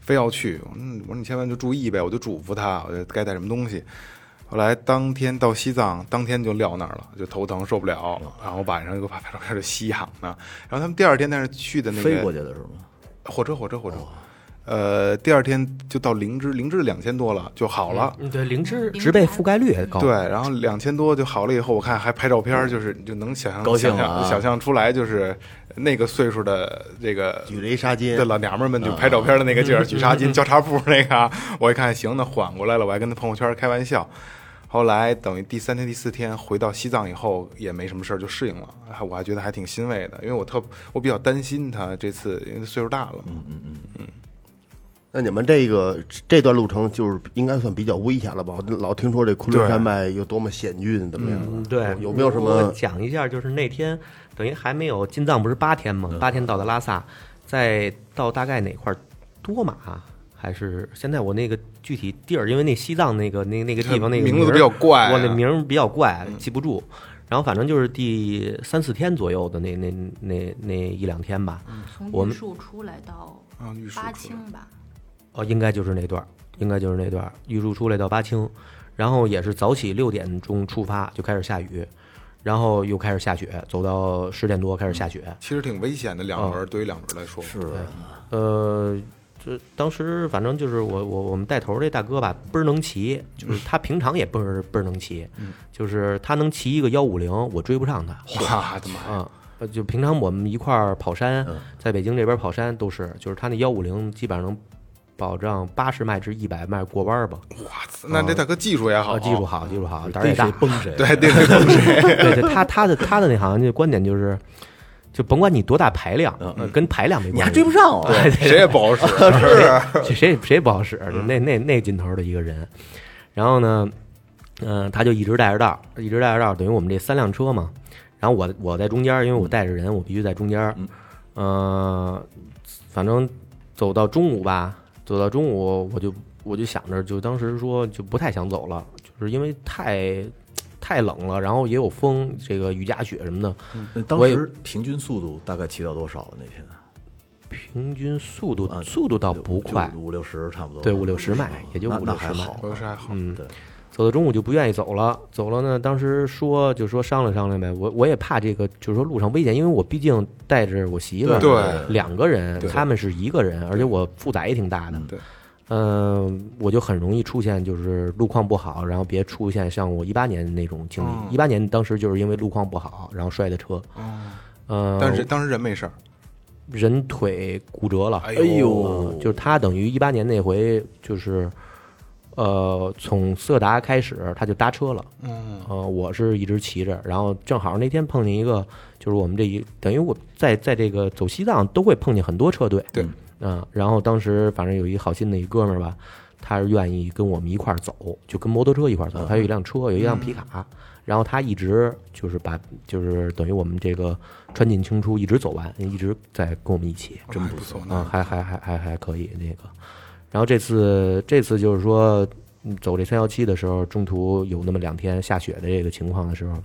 A: 非要去。嗯，我说你千万就注意呗，我就嘱咐她，我就该带什么东西。后来当天到西藏，当天就撂那儿了，就头疼受不了，
D: 嗯
A: 然后晚上又怕拍照片就吸氧呢。然后他们第二天但是去的那个
D: 飞过去的是吗？哦
A: 火车，火车，火车。呃，第二天就到灵芝，灵芝两千多了就好了。
F: 嗯，对，灵芝
G: 芝
F: 植被覆盖率也
D: 哦
F: 高，
A: 对，，然后两千多就好了以后，我看还拍照片儿，就是你就能想象
D: 嗯高兴
A: 想
D: 了啊
A: 象想象出来，就是那个岁数的这个
B: 举着一纱巾
A: 对，老娘们儿们就拍照片的那个
D: 嗯
A: 劲儿，举纱巾、交叉步那个 啊，我一看行，那缓过来了，我还跟他朋友圈开玩笑。后来等于第三天、第四天回到西藏以后也没什么事儿，就适应了，还我还觉得还挺欣慰的，因为我特我比较担心他这次，因为他岁数大了嘛。
B: 那你们这个这段路程就是应该算比较危险了吧？我老听说这昆仑山脉有多么险峻，怎么样？啊
F: 嗯，对，
B: 有没有什
F: 我
B: 么
F: 讲一下？就是那天等于还没有进藏，不是八天吗？八天到的拉萨，再到大概哪块儿多玛还是现在我那个具体地儿，因为那西藏那个那那个地方那个
A: 名字
F: 儿
A: 比较怪啊
F: 我那名儿比较怪，记不住。然后反正就是第三四天左右的那那那那一两天吧，
G: 从
F: 我
G: 玉
F: 们
G: 树出来到
A: 啊，玉树
G: 巴
A: 出来
G: 青吧，
F: 哦，应该就是那段儿，应该就是那段儿，玉树出来到巴青，然后也是早起六点钟出发，就开始下雨，然后又开始下雪，走到十点多开始下雪，
A: 其实挺危险的，两轮儿对于两轮儿来说是
F: 呃，这当时反正就是我我我们带头儿这大哥吧，倍儿能骑，就是他平常也倍儿倍儿能骑，就是他能骑一个幺五零，我追不上他。
A: 哇，他妈呀
F: 啊，呃就平常我们一块儿跑山，在北京这边跑山都是，就是他那幺五零基本上能保障八十迈至一百迈过弯儿吧，
A: 哇塞，那这大哥技术
D: 哦
A: 也好，
F: 啊，技术好，技术好，胆儿
D: 逮
F: 也大
D: 谁，崩谁，
A: 对对对对
F: 对对，他他的他的那行那观点就是，就甭管你多大排量，呃跟排量没关
D: 嗯
F: 系，
D: 你还追 不上哦我。
A: 对，谁也不好使，是
F: 谁 谁谁也不好使，就那那那劲头的一个人。然后呢，嗯、他就一直带着道儿，一直带着道儿，等于我们这三辆车嘛。然后我我在中间儿，因为我带着人，我必须在中间儿。
D: 嗯
F: 呃，反正走到中午吧，走到中午我就我就想着，就当时说就不太想走了，就是因为太太冷了，然后也有风，这个雨夹雪什么的，
D: 那当
F: 我也
D: 时平均速度大概骑到多少那天？
F: 平均速度
D: 啊
F: 速度倒不
D: 就
F: 快，
D: 五六十差不多。
F: 对五六十迈
D: 嗯
F: 也就
D: 那
F: 五
D: 那
F: 六十
D: 还
F: 迈
D: 好。
A: 不是还好。
F: 嗯，
D: 对
F: 走到中午就不愿意走了，走了呢，当时说就说商量商量呗，我我也怕这个，就是说路上危险，因为我毕竟带着我媳妇儿，
A: 对对
F: 两个人，
A: 对
F: 他们是一个人，而且我负载也挺大的，
A: 对，
F: 嗯，我就很容易出现就是路况不好，然后别出现像我一八年那种经
A: 哦
F: 历，一八、年当时就是因为路况不好，然后摔的车，嗯，
A: 但是当时人没事儿，
F: 人腿骨折了，
A: 哎
F: 嗯就是他等于一八年那回就是，呃，从色达开始他就搭车了，
A: 嗯，
F: 呃，我是一直骑着，然后正好那天碰见一个，就是我们这一等于我在在这个走西藏都会碰见很多车队，
A: 对
F: 嗯、然后当时反正有一好心的一哥们儿吧，他是愿意跟我们一块儿走，就跟摩托车一块儿走，他有一辆车，有一辆皮卡。然后他一直就是把，就是等于我们这个穿进清出，一直走完，一直在跟我们一起。
A: 真不错，
F: 啊，还还还还还可以那个。然后这次这次就是说嗯走这三幺七的时候，中途有那么两天下雪的这个情况的时候，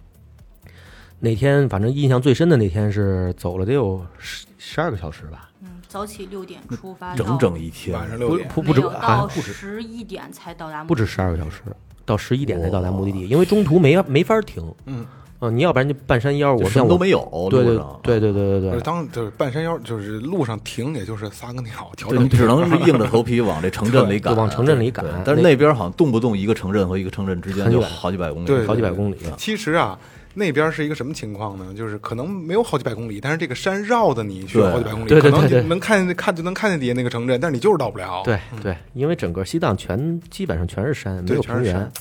F: 那天反正印象最深的那天是走了得有十十二个小时吧，
G: 嗯，早起六点出发，
D: 整整一天
A: 晚。上
F: 不
A: 六点，
F: 不
G: 没
F: 不止，
G: 有
F: 好像
G: 到
F: 不止
G: 十一点才到达目的地，
F: 不止十二个小时，到十一点才到达目的地，因为中途没没法停。嗯。你要不然就半山腰，我
D: 什么
F: 像我
D: 都没有，
F: 对
D: 路
F: 对
D: 上啊
F: 对对对对
A: 不
F: 对
A: 是，当就是半山腰，就是路上停，也就是撒个尿，调
D: 对
A: 整
D: 你只能是硬着头皮往这城镇里赶，
F: 对往城镇里赶
D: 对但是那边好像动不动一个城镇和一个城镇之间
F: 很
D: 就
F: 远
D: 好几百公里，
A: 对
F: 好几百公里。
A: 其实啊，那边是一个什么情况呢？就是可能没有好几百公里，但是这个山绕的你去
D: 对
A: 好几百公里，
F: 对
A: 可
F: 对
A: 能
F: 对对
A: 就能看见看就能看见底下那个城镇，但是你就是到不了。
F: 对对，因为整个西藏全基本上全是山，没
A: 对
F: 有
A: 嗯全
F: 平
A: 是
F: 原
A: 山。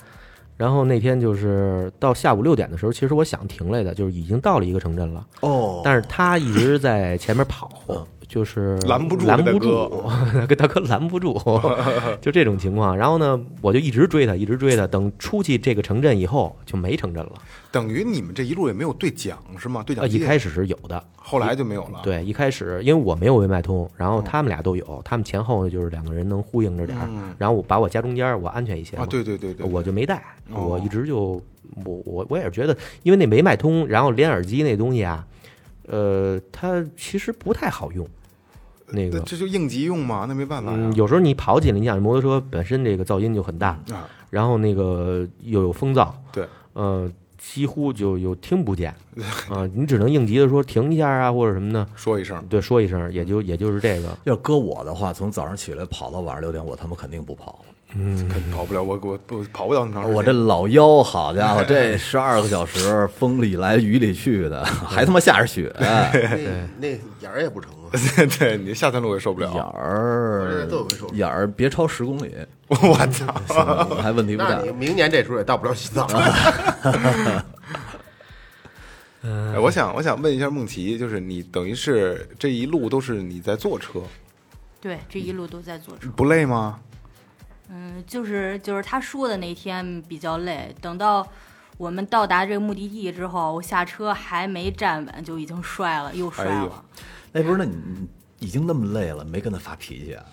F: 然后那天就是到下午六点的时候，其实我想停来的，就是已经到了一个城镇了，
D: 哦，
F: 但是他一直在前面跑，就是
A: 嗯拦不住
F: 拦
A: 大
F: 不
A: 哥
F: 住， 跟大哥拦不住，就这种情况。然后呢，我就一直追他，一直追他，等出去这个城镇以后就没城镇了。
A: 等于你们这一路也没有对讲是吗？对
F: 呃，
A: 讲机
F: 一开始是有的，
A: 后来就没有了。，
F: 对，一开始因为我没有为麦通，然
A: 嗯
F: 后他们俩都有，他们前后就是两个人能呼应着点儿，然后我把我夹中间儿，我安全一些
A: 嗯啊
F: 嘛
A: 对对对对对
F: 我就没带，
A: 哦
F: 我一直就我我我也是觉得，因为那没麦通，然后连耳机那东西啊，呃，它其实不太好用，那
A: 呃那
F: 个。
A: 这就啊应急用嘛，那没办法呀。
F: 嗯，有时候你跑起来，你想摩托车本身这个噪音就很大，
A: 啊，
F: 然后那个又有风噪，
A: 嗯对，
F: 呃，几乎就有听不见 啊，你只能应急的说停一下啊，或者什么的，
A: 说一声，
F: 对，说一声，也就也就是这个。
D: 要搁我的话，从早上起来跑到晚上六点，我他妈肯定不跑。
F: 嗯
A: 肯跑不了，我我不跑不了那么长时间。
D: 我这老腰，好家伙，这十二个小时，风里来雨里去的，还他妈下着 雪。哎
B: 那那眼儿也不成啊，
A: 对你下三路也受不
D: 眼
A: 了，
D: 儿
B: 这都有一手
D: 眼儿别超十公里，
A: 我操！
D: 还问题不
B: 那
D: 大
B: 你。明年这时候也到不了西藏。
F: 嗯
A: 哎我想我想问一下梦琪，就是你等于是这一路都是你在坐车，
G: 对，这一路都在坐车。
A: 不累吗？
G: 嗯，就是就是他说的那天比较累，等到我们到达这个目的地之后，我下车还没站稳就已经摔了，又摔
A: 哎呦
G: 了。
D: 哎，不是，那你你已经那么累了，没跟他发脾气啊？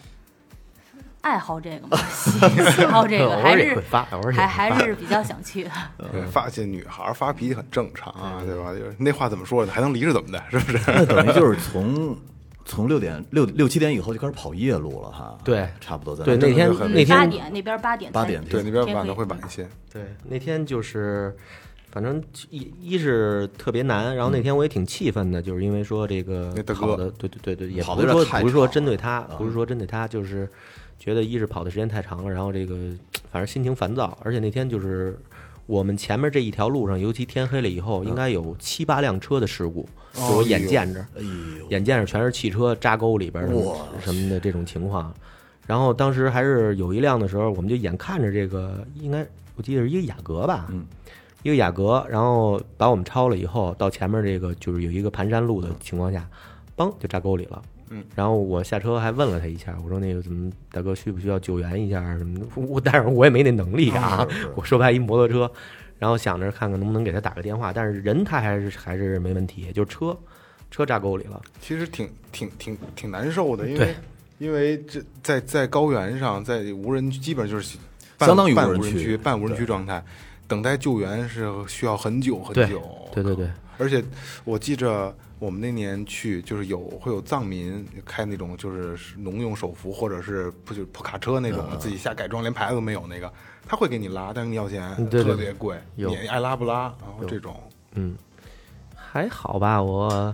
G: 爱好这个嘛，喜 喜好这个
F: 偶
G: 还
F: 尔也
G: 是
F: 会发，偶尔也
G: 还
F: 会
G: 还是比较想 去嗯的。
F: 嗯
A: 对发现女孩儿发脾气很正常啊，对吧？就是那话怎么说的，还能离是怎么的？是不是？
D: 那等于就是从从六点六六七点以后就开始跑夜路了哈。
F: 对
D: 差不多在
F: 对
D: 那
F: 那天
G: 嗯
F: 那
G: 八
F: 天
G: 点那边八点
D: 八
G: 才
D: 点
A: 对，那边晚
G: 天
A: 的
G: 黑嗯
A: 会晚一些。
F: 对，那天就是，反正一一是特别难，然后那天我也挺气愤的，就是因为说这个
A: 那大哥
F: 跑的，对对对对，也
D: 跑
F: 不
D: 得有
F: 是
D: 点
F: 说
D: 太
F: 不是说
D: 长啊
F: 针对他，不是说针对他，就是觉得一是跑的时间太长了，然后这个反正心情烦躁，而且那天就是我们前面这一条路上，尤其天黑了以
D: 嗯
F: 后，应该有七八辆车的事故，就
D: 哦
F: 我
D: 哎
F: 眼见着，眼见着全是汽车扎沟里边儿什么什么的这种情况。然后当时还是有一辆的时候，我们就眼看着这个，应该我记得是一个雅阁吧，嗯，一个雅阁，然后把我们超了以后，到前面这个就是有一个盘山路的情况下，嘣就扎沟里了。嗯，然后我下车还问了他一下，我说那个怎么大哥需不需要救援一下啊什么的？ 我但是我也没那能力啊，我说白一摩托车，然后想着看看能不能给他打个电话，但是人他还是还是没问题，就车车扎沟里了。
A: 其实挺挺挺挺难受的，因为
F: 对
A: 因为这在在高原上，在无人基本就是半
D: 相当于
A: 半
D: 无人
A: 无人
D: 区
A: 区、半无人区状态，等待救援是需要很久很
F: 对
A: 久。
F: 对对对，
A: 而且我记着我们那年去，就是有会有藏民开那种就是农用手扶或者是不就是破卡车那种，
F: 嗯
A: 自己下改装连牌子都没有那个，他会给你拉，但是你要钱，
F: 对对
A: 特别贵，你
F: 有
A: 爱拉不拉，然后这种
F: 还好吧，我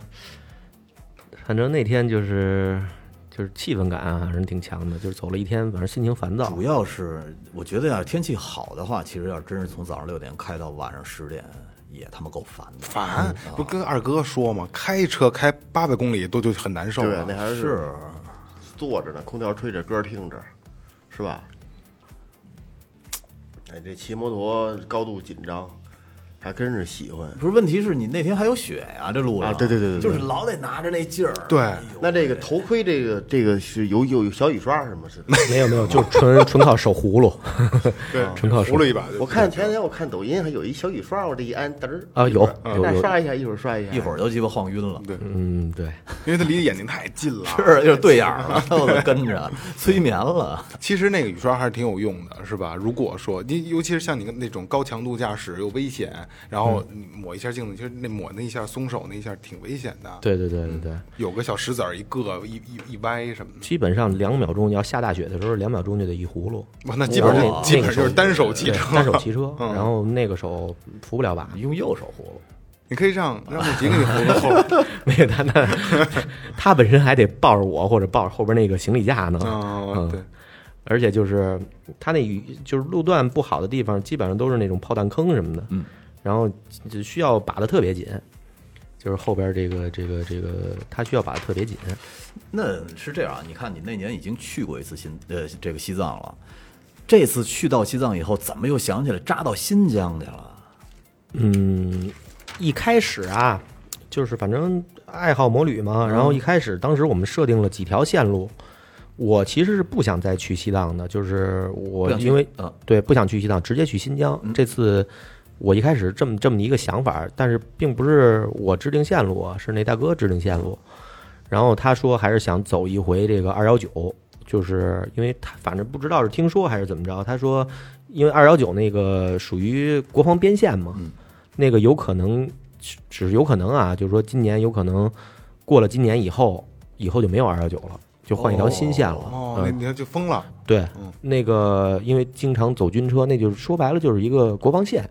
F: 反正那天就是就是气氛感啊，反正挺强的，就是走了一天，反正心情烦躁
D: 主。要是我觉得要是天气好的话，其实要是真是从早上六点开到晚上十点，也他妈够烦的。
A: 烦，不跟二哥说嘛，开车开八百公里都就很难受
B: 对
A: 了，。
B: 那还是啊
D: 是，
B: 坐着呢，空调吹着，歌听着，是吧？哎，这骑摩托高度紧张，还真是喜欢。
D: 不是问题是你那天还有雪呀、这路上、
B: 啊对对对对对
D: 就是老得拿着那劲儿。
A: 对，
B: 那这个头盔，这个这个是有有有小雨刷是吗？是。
F: 没有没有，就纯 纯靠手葫芦，
A: 对，
F: 纯靠手
A: 扶了一把就。
B: 我看前两天我看抖音还有一小雨刷，我这一按嘚儿
F: 啊，有有
B: 再
F: 有，
B: 刷一下，一会儿刷一下，
D: 一会儿就鸡巴晃晕了，
F: 嗯，对，
A: 因为他离眼睛太近了。
D: 是就是对眼儿了，我得跟着催眠了。
A: 其实那个雨刷还是挺有用的，是吧？如果说你，尤其是像你那种高强度驾驶又危险，然后你抹一下镜子，其实那抹那一下松手那一下挺危险的。，
F: 对对对对对，
A: 有个小石子儿一硌一一一歪什么的，
F: 基本上两秒钟，你要下大雪的时候，两秒钟就得一葫芦。
A: 哇，那基本上
F: 哇
A: 基本上就是单手骑
F: 对
A: 车，
F: 单手骑 车，嗯然后那个手扶不了把，
D: 用右手葫芦，
A: 你可以让让木吉给你扶到后边。
F: 没有他 那他本身还得抱着我或者抱着后边那个行李架呢。
A: 嗯，对，
F: 而且就是它那雨就是路段不好的地方，基本上都是那种炮弹坑什么的，嗯，然后就需要把的特别紧，就是后边这个这个这个，它需要把的特别紧，
D: 那是这样啊，你看你那年已经去过一次新呃这个西藏了，这次去到西藏以后，怎么又想起来扎到新疆去了？
F: 嗯，一开始啊，就是反正爱好摩旅嘛，然后
D: 嗯
F: 一开始当时我们设定了几条线路，我其实是不想再去西藏的，就是我
D: 不想去
F: 因为
D: 嗯
F: 对不想去西藏，直接去新疆。这次我一开始这么这么一个想法，但是并不是我制定线路啊，是那大哥制定线路，然后他说还是想走一回这个二幺九。就是因为他反正不知道是听说还是怎么着，他说，因为二幺九那个属于国防边线嘛，那个有可能，只只是有可能啊，就是说今年有可能过了今年以后，以后就没有二幺九了，就换一条新线了。
A: 哦，那
F: 嗯，
A: 你看就疯了。
F: 对，那个因为经常走军车，那就是说白了就是一个国防线。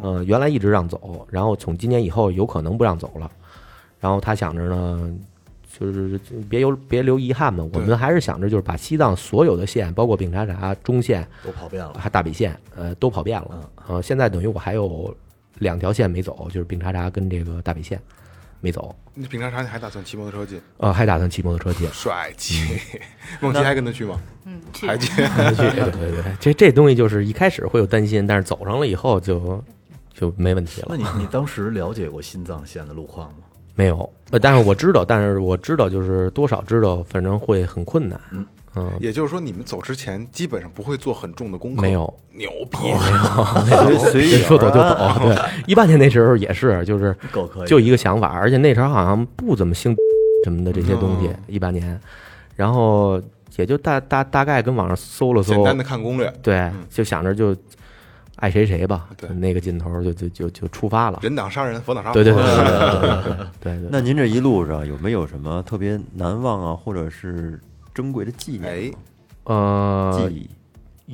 F: 呃，原来一直让走，然后从今年以后有可能不让走了。然后他想着呢，就是别有别留遗憾嘛。我
A: 对
F: 们还是想着就是把西藏所有的县，包括丙察察、中县、
D: 都跑遍了。
F: 还大比县，呃，都跑遍了。呃，现在等于我还有两条线没走，就是丙察察跟这个大比县没走。
A: 你平常啥你还打算骑摩托车进？。
F: 呃，还打算骑摩托车进
A: 帅气， 梦琪还跟他去吗？
G: 嗯，去
A: 还去？
F: 嗯对对对，对这这东西就是一开始会有担心，但是走上了以后就就没问题了
D: 那。你你当时了解过新藏线的路况吗？
F: 没有，呃，但是我知道，但是我知道，就是多少知道，反正会很困难。嗯，
A: 也就是说，你们走之前基本上不会做很重的功课。
F: 没有，
A: 牛逼！啊没有，
E: 随遇
C: 啊
F: 说走就
E: 而安
F: 走。对，一八年那时候也是，就是
D: 够可以，
F: 就一个想法，而且那时候好像不怎么兴什么的这些东西，一八年，然后也就大大大概跟网上搜了
A: 简
F: 搜，
A: 单的看攻略，
F: 对，就想着就爱谁谁吧，
A: 对
F: 那个劲头就就就就出发了。
A: 人挡杀人，佛挡杀
F: 对对对
A: 佛
F: 对对对对对对。
E: 那您这一路上有没有什么特别难忘啊，或者是珍贵的纪念
A: 哎
E: 吗？
F: 呃，
E: 记忆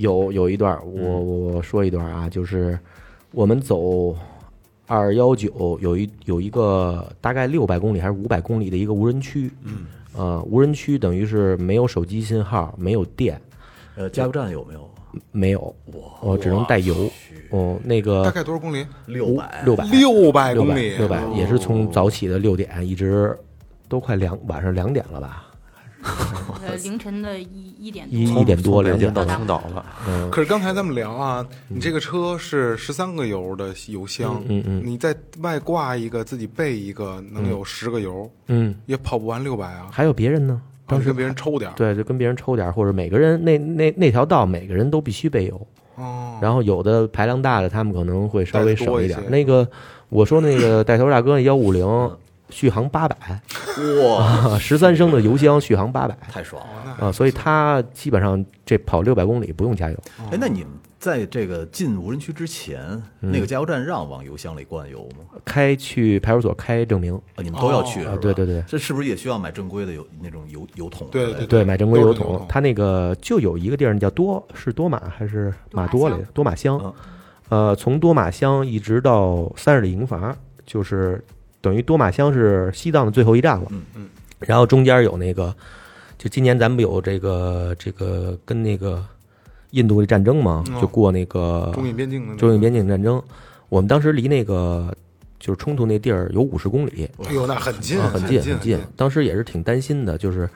F: 有有一段儿，我我我说一段儿啊，就是我们走二幺九，有一有一个大概六百公里还是五百公里的一个无人区，嗯，呃，无人区等于是没有手机信号，没有电，
D: 呃，加油站有没有？
F: 没有，我、只能带油，哦、那
A: 大
F: 个
A: 概多少公里？
D: 六百，
F: 六百
A: 六百
F: 六
A: 公
F: 百
A: 里，
F: 六百，也是从早起的六点一直都快两晚上两点了吧，
G: 呃凌晨的一一点
F: 一
G: 多
F: 一点多
E: 从
F: 两
E: 北京
F: 点多
E: 到青岛了，
F: 嗯
A: 可是刚才咱们聊啊，你这个车是十三个油的油箱，嗯嗯，你在外挂一个，自己备一个，能有十个油，
F: 嗯，
A: 也跑不完六百啊。
F: 还有别人呢，
A: 当
F: 当
A: 时
F: 时
A: 跟别人抽点儿，
F: 对，就跟别人抽点儿，或者每个人那那那条道每个人都必须备油。
A: 哦，
F: 然后有的排量大的，他们可能会稍微少
A: 带
F: 点
A: 得多一些。嗯
F: 那个我说那个带头大哥幺五零续航八百，哇，十三升的油箱续航八百
D: 太
A: 哦
D: 爽了！
F: 啊，所以它基本上这跑六百公里不用加油。
D: 哎，那你们在这个进无人区之前，
F: 嗯
D: 那个加油站让往油箱里灌油吗？
F: 开去派出所开证明，
D: 啊，你们都要去
F: 啊
D: 是吧
F: 对对对
D: 这是不是也需要买正规的油那种油油桶之类啊
A: 对
D: 的？
A: 对
F: 对，买正规
A: 都
F: 油
A: 是油
F: 桶
A: 桶。
F: 它那个就有一个地儿，那叫多是多玛还是马多来着？多玛乡
D: 嗯，
F: 呃，从多玛乡一直到三十里营房，就是等于多玛乡是西藏的最后一站了。
D: 嗯
A: 嗯。
F: 然后中间有那个，就今年咱们不有这个这个跟那个印度的战争嘛
A: 嗯，
F: 就过那个
A: 中印边境的那
F: 中印
A: 个，
F: 边境战争。我们当时离那个就是冲突那地儿有五十公里，
A: 哎呦，那很近，
F: 啊，很近
A: 很
F: 近。当时也是挺担心的，就是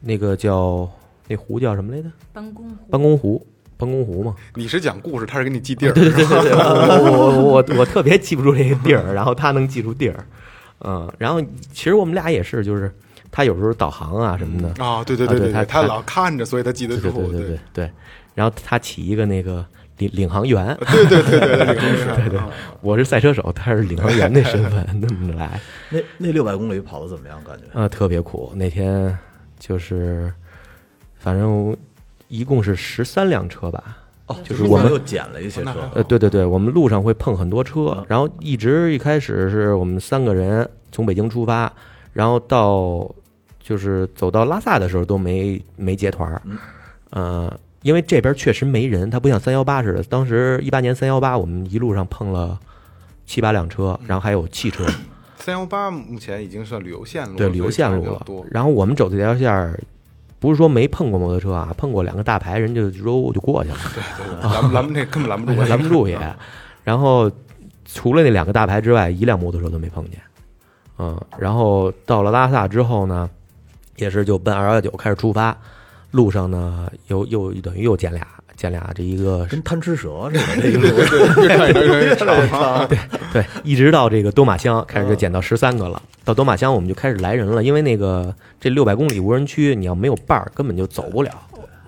F: 那个叫那湖叫什么来着？
G: 办公户
F: 班公湖，班公湖嘛。
A: 你是讲故事，他是给你记地儿，
F: 对 对对， 我我我我特别记不住这个地儿，然后他能记住地儿，嗯，然后其实我们俩也是，就是他有时候导航啊什么的，
A: 啊，对对
F: 啊
A: 对
F: 对他
A: 他
F: 他
A: 老看着，所以他记得
F: 对
A: 住
F: 对，对嗯对对对，然后他起一个那个领领航 员，
A: 对对，
F: 我是赛车手，他是领航员的身份， 那么着来，
D: 那那六百公里跑的怎么样？感觉
F: 啊，特别苦。那天就是，反正一共是十三辆车吧。
D: 哦，
F: 就是我们
D: 又捡了一
A: 哦
D: 些车，
F: 呃，对对对，我们路上会碰很
A: 嗯
F: 多车，然后一直一开始是我们三个人从北京出发，然后到就是走到拉萨的时候都没没结团
A: 嗯
F: 儿，呃，因为这边确实没人，它不像三幺八似的，当时一八年三幺八我们一路上碰了七八辆车，
A: 嗯
F: 然后还有汽车，
A: 三幺八目前已经算旅游线嗯路了，
F: 对旅游线
A: 所以
F: 路
A: 车比
F: 了
A: 较多。
F: 然后我们走这条线儿，不是说没碰过摩托车啊，碰过两个大牌，人就揉就过去了，
A: 咱们咱们这根本拦不住，
F: 拦不住
A: 哎
F: 也。然后除了那两个大牌之外，一辆摩托车都没碰见。嗯，然后到了拉萨之后呢，也是就奔二幺九开始出发，路上呢又又等于又捡俩捡俩这一个
D: 跟贪吃蛇似的。那 个路
A: 越看越长。
F: 对，一直到这个多玛乡开始就减到十三个了。到多玛乡我们就开始来人了，因为那个这六百公里无人区，你要没有伴儿根本就走不了。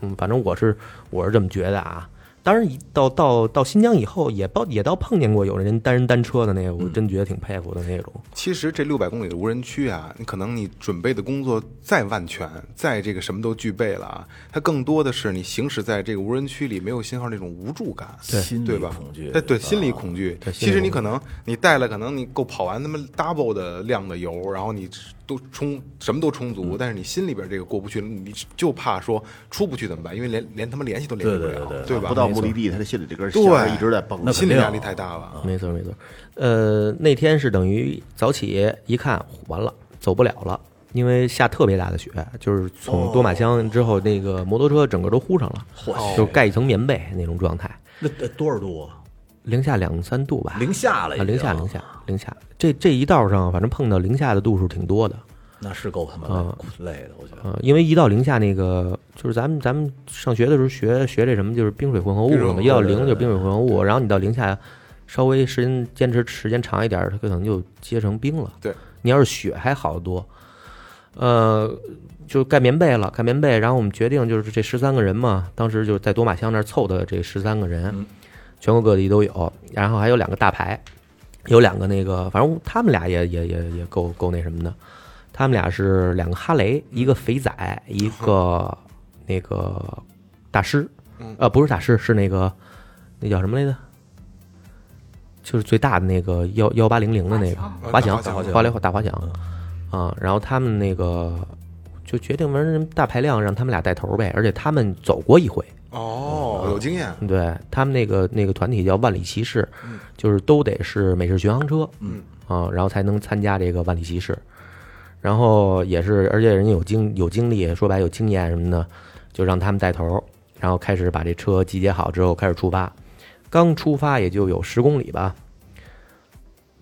F: 嗯，反正我是我是这么觉得啊。当然一，到到到新疆以后，也到也到碰见过有人单人单车的那个，我真觉得挺佩服的那种。
A: 其实这六百公里的无人区啊，你可能你准备的工作再万全，再这个什么都具备了啊，它更多的是你行驶在这个无人区里没有信号那种无助感，
D: 心
A: 对
D: 理
A: 吧？
D: 恐惧
A: 对对，心理恐惧。其实你可能你带了，可能你够跑完他妈 double 的量的油，然后你都充什么都充足，但是你心里边这个过不去，你就怕说出不去怎么办？因为连连他妈联系都联系不
D: 对对
A: 了，
D: 对对
A: 吧？
B: 不到目的地，他的心里这根弦儿
A: 对
B: 一直在蹦
D: 那
B: 着。
A: 心理压力太大了。
F: 没错没错，呃，那天是等于早起一看，完了走不了了，因为下特别大的雪，就是从多马江之后，那个摩托车整个都糊上了，就是盖一层棉被那种状态，
D: 那得多少度啊？
F: 零下两三度吧，
D: 零下了已
F: 啊
D: 经，
F: 零下零下零下，这这一道上反正碰到零下的度数挺多的，
D: 那是够他
F: 啊
D: 妈累的，我 觉得。
F: 呃，因为一到零下那个就是咱们咱们上学的时候学学这什么，就是冰水混合物
A: 冰水混
F: 什
A: 合
F: 么，
A: 物
F: 一到零就是冰水混合物，然后你到零下稍微时间坚持时间长一点，它可能就结成冰了。
A: 对，
F: 你要是雪还好多，呃，就盖棉被了，盖棉被，然后我们决定就是这十三个人嘛，当时就在多马乡那儿凑的这十三个人，
A: 嗯
F: 全国各地都有，然后还有两个大牌，有两个那个，反正他们俩也也也也够够那什么的，他们俩是两个哈雷，一个肥仔，一
A: 嗯
F: 个那个大师，呃，不是大师，是那个那叫什么来着？就是最大的那个幺幺八零零的那个
A: 华嗯
F: 滑
A: 翔
F: 翔，
A: 大滑翔
F: 滑雷大滑翔啊，然后他们那个就决定完人大排量让他们俩带头呗，而且他们走过一回，
A: 哦，有经验，
F: 对他们那个那个团体叫万里骑士，就是都得是美式巡航车，嗯啊，然后才能参加这个万里骑士。然后也是，而且人家有经有经历，说白有经验什么的，就让他们带头，然后开始把这车集结好之后开始出发。刚出发也就有十公里吧，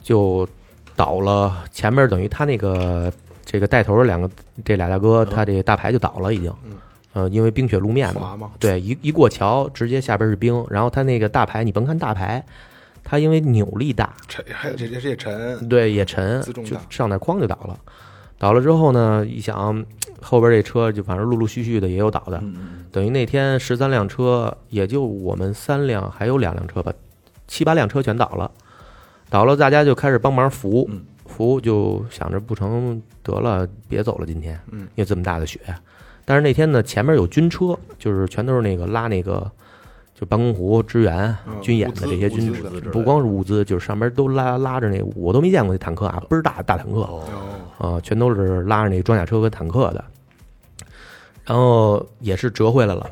F: 就倒了。前面等于他那个这个带头的两个这俩大哥，他这大牌就倒了已经。呃，因为冰雪路面
A: 滑
F: 嘛
A: 嘛，
F: 对，一一过桥，直接下边是冰。然后他那个大牌，你甭看大牌，他因为扭力大，
A: 沉，还有这这这沉，
F: 对，也沉，
A: 嗯自重
F: 就
A: 大
F: 上那哐就倒了。倒了之后呢，一想后边这车就反正陆陆续续的也有倒
A: 嗯
F: 的，等于那天十三辆车，也就我们三辆，还有两辆车吧，七八辆车全倒了。倒了，大家就开始帮忙扶，
A: 嗯
F: 扶就想着不成得了，别走了，今天，嗯，因为这么大的雪。但是那天呢，前面有军车，就是全都是那个拉那个就班公湖支援
A: 嗯
F: 军演
A: 物
F: 的
A: 资
F: 这些军
A: 物资的
F: 不光是物资，就是上边都拉拉着那，我都没见过那坦克
A: 哦
F: 啊，倍儿大的大坦克，啊，全都是拉着那装甲车跟坦克的，然后也是折回来了，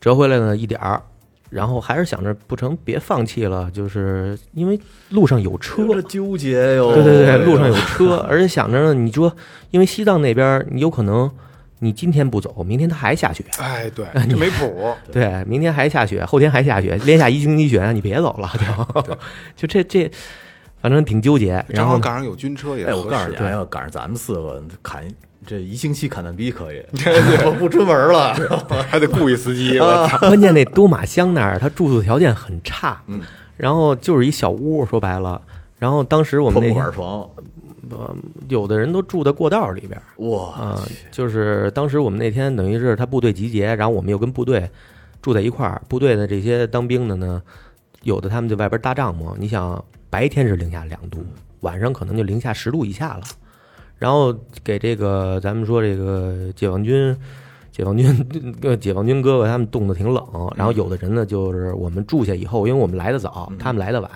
F: 折回来呢一点儿，然后还是想着不成别放弃了，就是因为路上有车，
D: 这哦纠结哟！哎
F: 对对对，路上有车，而且想着呢，你说因为西藏那边儿你有可能你今天不走，明天它还下雪，
A: 哎，对，这没谱，
F: 对，明天还下雪，后天还下雪，连下一星期雪，你别走了，就就这这，反正挺纠结。然
A: 正
F: 后
A: 好
F: 呢
A: 赶上有军车也
D: 哎，我
A: 合
D: 告诉
A: 适
D: 你，，要赶上咱们四个砍这一星期砍蛋逼可以，我不出门了。
A: 还得雇一司机，
F: 关键那多玛乡那儿，它住宿条件很差，
D: 嗯
F: 然后就是一小屋，说白了。然后当 时我们
D: 破
F: 那
D: 木
F: 天
D: 板床，
F: 有的人都住在过道里边儿
D: 哇，
F: 啊、就是当时我们那天等于是他部队集结，然后我们又跟部队住在一块儿，部队的这些当兵的呢，有的他们就外边搭帐篷，你想白天是零下两度，晚上可能就零下十度以下了。然后给这个咱们说这个解放军，解放军呃解放军哥哥他们冻得挺冷。然后有的人呢，就是我们住下以后，因为我们来的早，他们来的晚，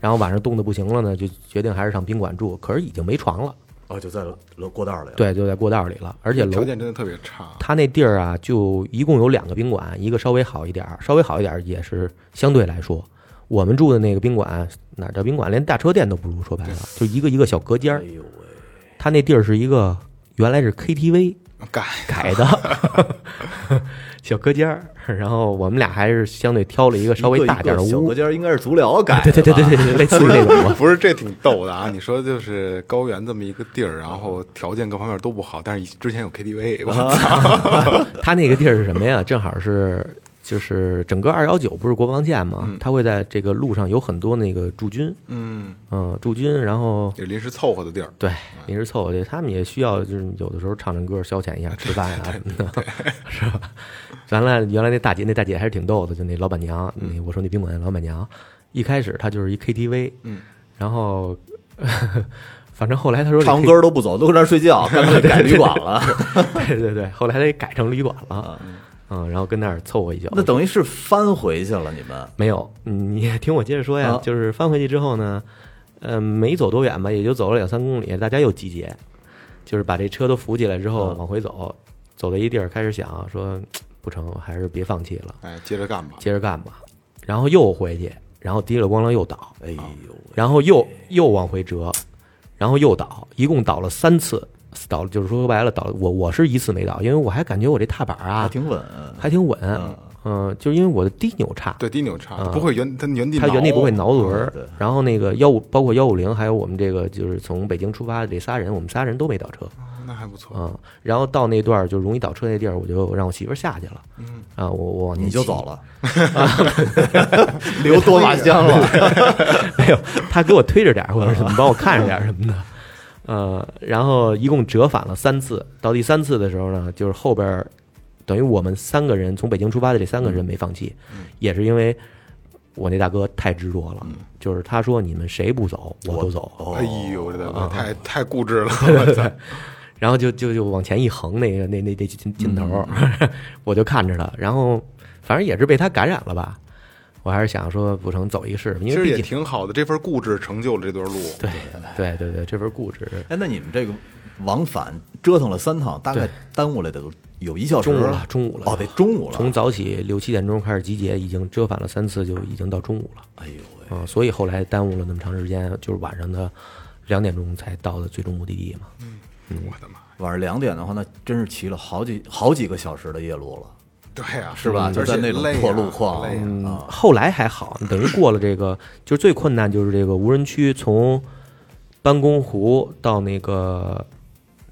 F: 然后晚上冻得不行了呢，就决定还是上宾馆住。可是已经没床了，
D: 哦，就在楼过道里。，
F: 对，就在过道里了，而且楼
A: 条件真的特别差，
F: 他那地儿啊，就一共有两个宾馆，一个稍微好一点儿，稍微好一点儿也是相对来说，我们住的那个宾馆哪儿叫宾馆，连大车店都不如，说白了，就一个一个小隔间儿
D: 哎。呦喂，
F: 他那地儿是一个原来是 KTV
A: 改
F: 改的小隔间儿，然后我们俩还是相对挑了一个稍微大点儿的
D: 一个一个小
F: 屋
D: 隔。间应该是足疗改
F: 对
D: 的吧，
F: 对对对对对，类似于那种吧。
A: 不是，这挺逗的啊！你说就是高原这么一个地儿，然后条件各方面都不好，但是以之前有 KTV，我操，
F: 他那个地儿是什么呀？ 正好是就是整个二幺九不是国防线嘛，他会在这个路上有很多那个驻军，
A: 嗯，
F: 嗯，驻军，然后
A: 也是临时凑合的地儿。
F: 对临时凑合去，他们也需要就是有的时候唱唱歌消遣一下，吃饭呀、什么的， 是吧？原来原来那大姐那大姐还是挺逗的，就那老板娘，那我说那宾馆的老板娘，一开始她就是一 KTV，嗯，然后 反正后来她说这
D: 唱
F: K-
D: 完歌都不走，都搁那儿睡觉，干脆改旅馆了。
F: 对对对，后来她给改成旅馆了，嗯，然后跟那儿凑合一宿，
D: 那等于是翻回去了，你们
F: 没有，嗯你听我接着说呀，
D: 啊
F: 就是翻回去之后呢，呃，没走多远吧，也就走了两三公里，大家又集结，就是把这车都扶起来之后往回走，走到一地儿开始想说不成，还是别放弃了，
A: 哎，接着干吧。
F: 接着干吧。然后又回去，然后滴了咣啷又倒，
D: 哎呦，
F: 然后又又往回折，然后又倒，一共倒了三次，倒了就是说白了倒了，我我是一次没倒，因为我还感觉我这踏板
D: 还
F: 啊
D: 挺稳，
F: 还挺稳，嗯、就是因为我的低扭差，
A: 对，低扭差，
F: 啊
A: 不会原它原地
F: 它原地不会
A: 挠
F: 挠轮儿
D: 对。
F: 然后那个幺五，包括幺五零，还有我们这个就是从北京出发的这仨人，我们仨人都没倒车
A: 哦，那还不错。
F: 啊。然后到那段儿就容易倒车那地儿，我就让我媳妇儿下去了，啊，我我往前
D: 你就
F: 骑
D: 走，了，
F: 啊
D: 留多马香了，
F: 没有，她给我推着点儿，或者是你帮我看着点儿什么的。呃，然后一共折返了三次，到第三次的时候呢，就是后边儿等于我们三个人从北京出发的这三个人没放弃，也是因为我那大哥太执着了，就是他说你们谁不走我都走，
A: 哎呦，我这大哥太太固执了，我操！
F: 然后就就就往前一横，那个那那那劲劲头儿，
A: 嗯
F: 我就看着他，然后反正也是被他感染了吧，我还是想说不成走一个试，
A: 其
F: 因为
A: 实也
F: 毕竟
A: 挺好的，这份固执成就了这段路。
F: 对对对对，这份固执
D: 哎，那你们这个往返折腾了三趟，大概耽误了得有一小时
F: 中午了中午了
D: 哦，得中午了，
F: 从早起六七点钟开始集结，已经折返了三次，就已经到中午了
D: 哎呦喂，
F: 啊、所以后来耽误了那么长时间，就是晚上的两点钟才到的最终目的地嘛。
A: 我的妈！
D: 晚上两点的话，那真是骑了好几好几个小时的夜路了，
A: 对呀，
D: 是吧？
A: 嗯
D: 就在那种
A: 而且累啊
D: 破路况
A: 累啊
D: 啊，
F: 后来还好，等于过了这个，就是最困难就是这个无人区从班公湖到那个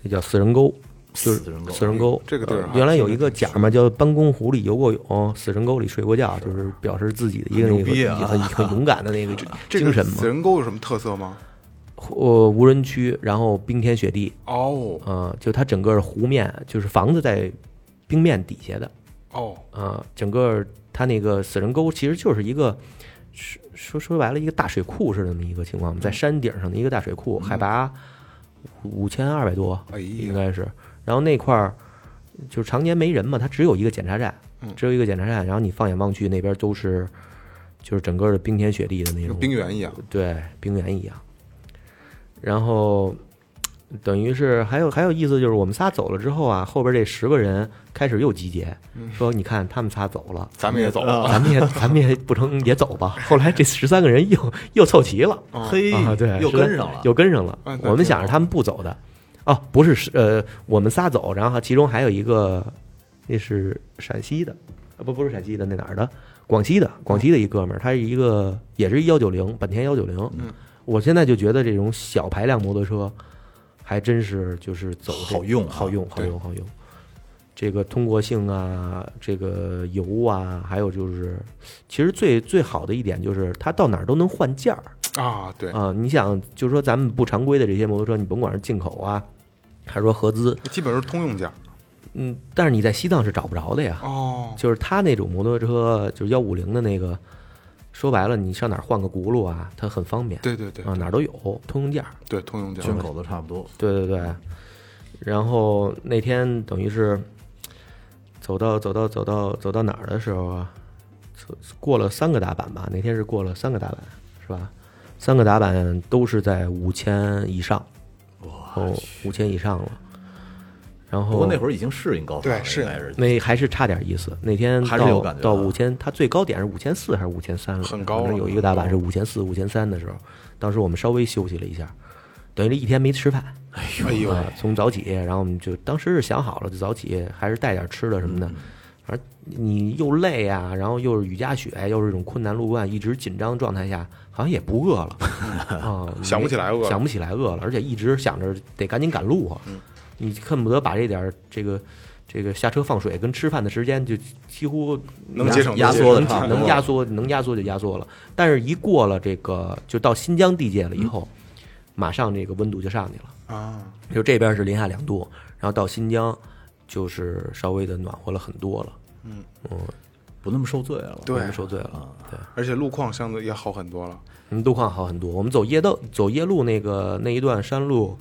F: 那叫死人沟，就是
D: 死人沟
F: 死人沟呃
A: 这个地儿啊
F: 原来有一个讲嘛，叫班公湖里游过泳，死人沟里睡过觉，就是表示自己的一个
D: 牛逼
F: 那
D: 啊
F: 个很 很勇敢的那个
A: 这
F: 精
A: 个
F: 神
A: 死
F: 嘛。
A: 人沟有什么特色吗？
F: 呃，无人区，然后冰天雪地，
A: 哦
F: 嗯、就它整个是湖面，就是房子在冰面底下的，
A: 哦，
F: 啊，整个它那个死人沟其实就是一个说说说白了一个大水库是那么一个情况，在山顶上的一个大水库，海拔五千二百多，
A: 哎
F: 应
A: 呀，
F: 该是。然后那块儿就是常年没人嘛，它只有一个检查站，只有一个检查站。然后你放眼望去，那边都是就是整个的冰天雪地的那
A: 跟
F: 种
A: 冰原一样。
F: 对，冰原一样。然后等于是还有还有意思就是我们仨走了之后啊，后边这十个人开始又集结，说你看他们仨走了，
A: 咱们也走了，
F: 咱们也咱们也不成也走吧。后来这十三个人又又凑齐了，
A: 嗯
D: 嘿
F: 啊，对，
D: 又
F: 是的
D: 跟上了，
F: 又跟上了
A: 啊。那
F: 我们
A: 挺
F: 想着他们不走的，哦，不是是呃，我们仨走，然后其中还有一个那是陕西的，啊不不是陕西的，那哪儿的？广西的，广西的一哥们儿，他是一个也是幺九零，本田幺九零。嗯，我现在就觉得这种小排量摩托车还真是就是走这
D: 好用啊
F: 好用，好用，好用。这个通过性啊，这个油啊，还有就是，其实最最好的一点就是它到哪儿都能换件儿。
A: 啊，对，
F: 啊、你想，就是说咱们不常规的这些摩托车，你甭管是进口啊，还是说合资，
A: 基本是通用价。
F: 嗯，但是你在西藏是找不着的呀。
A: 哦，
F: 就是他那种摩托车，就是幺五零的那个，说白了，你上哪儿换个轱辘啊，它很方便。
A: 对对对
F: 啊，哪儿都有通用件儿。
A: 对，通用价。
D: 进口都差不多，
F: 对对对。然后那天等于是走到走到走到走到哪儿的时候啊，走过了三个打板吧，那天是过了三个打板是吧？三个打板都是在五千以上，哦，五千以上了。然后
D: 不过那会儿已经适应高反了，
A: 对适
D: 应
A: 应
D: 该是
F: 那还是差点意思。那天
D: 还
F: 到
D: 是有感觉
F: 到
D: 的
F: 五千，它最高点是五千四还是五千三了？
A: 很高了
F: 反正有一个大板是五千四、五千三的时候，当时我们稍微休息了一下，等于这一天没吃饭。
A: 哎呦，
F: 啊，从早起，然后我们就当时是想好了，就早起还是带点吃的什
A: 嗯
F: 么的。反正你又累啊，然后又是雨夹雪，又是这种困难路段，一直紧张状态下，好像也不饿 了啊，
A: 想不起来饿了嗯
F: 想不起来饿了，而且一直想着得赶紧赶路啊，你恨不得把这点儿这个这个下车放水跟吃饭的时间就几乎
A: 能
F: 压
A: 节省就
F: 压
A: 节
F: 缩
A: 省
F: 能能压缩能压缩就压缩了，但是一过了这个就到新疆地界了以后，马上这个温度就上去了。
A: 啊，
F: 就这边是零下两度，然后到新疆就是稍微的暖和了很多了，
D: 不那么受罪了。
A: 对啊
F: 我们受罪了。对，
A: 而且路况相对也好很多了。
F: 我们路况好很多。我们走夜道、走夜路那个那一段山路，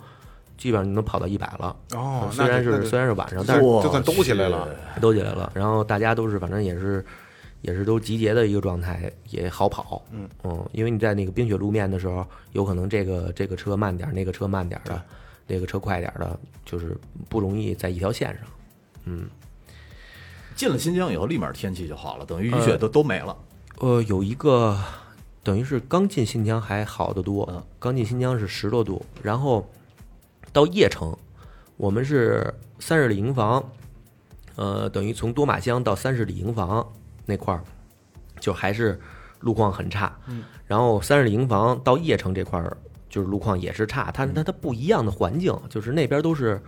F: 基本上能跑到一百了。
A: 哦，
F: 呃虽然
A: 那
F: 是
A: 那
F: 虽然是晚上，
A: 就
F: 但
A: 算
F: 是
A: 就算兜起来了。
F: 都起来了。然后大家都是反正也是也是都集结的一个状态，也好跑。嗯因为你在那个冰雪路面的时候，有可能这个这个车慢点儿，那个车慢点儿的，这个车快一点的，就是不容易在一条线上。
D: 进了新疆以后，立马天气就好了，等
A: 嗯
D: 于雨雪都都没了。
F: 呃，有一个等于是刚进新疆还好得多，刚进新疆是十多度，然后到叶城，我们是三十里营房，呃，等于从多玛乡到三十里营房那块儿，就还是路况很差，然后三十里营房到叶城这块儿就是路况也是差，它它它不一样的环境，就是那边都是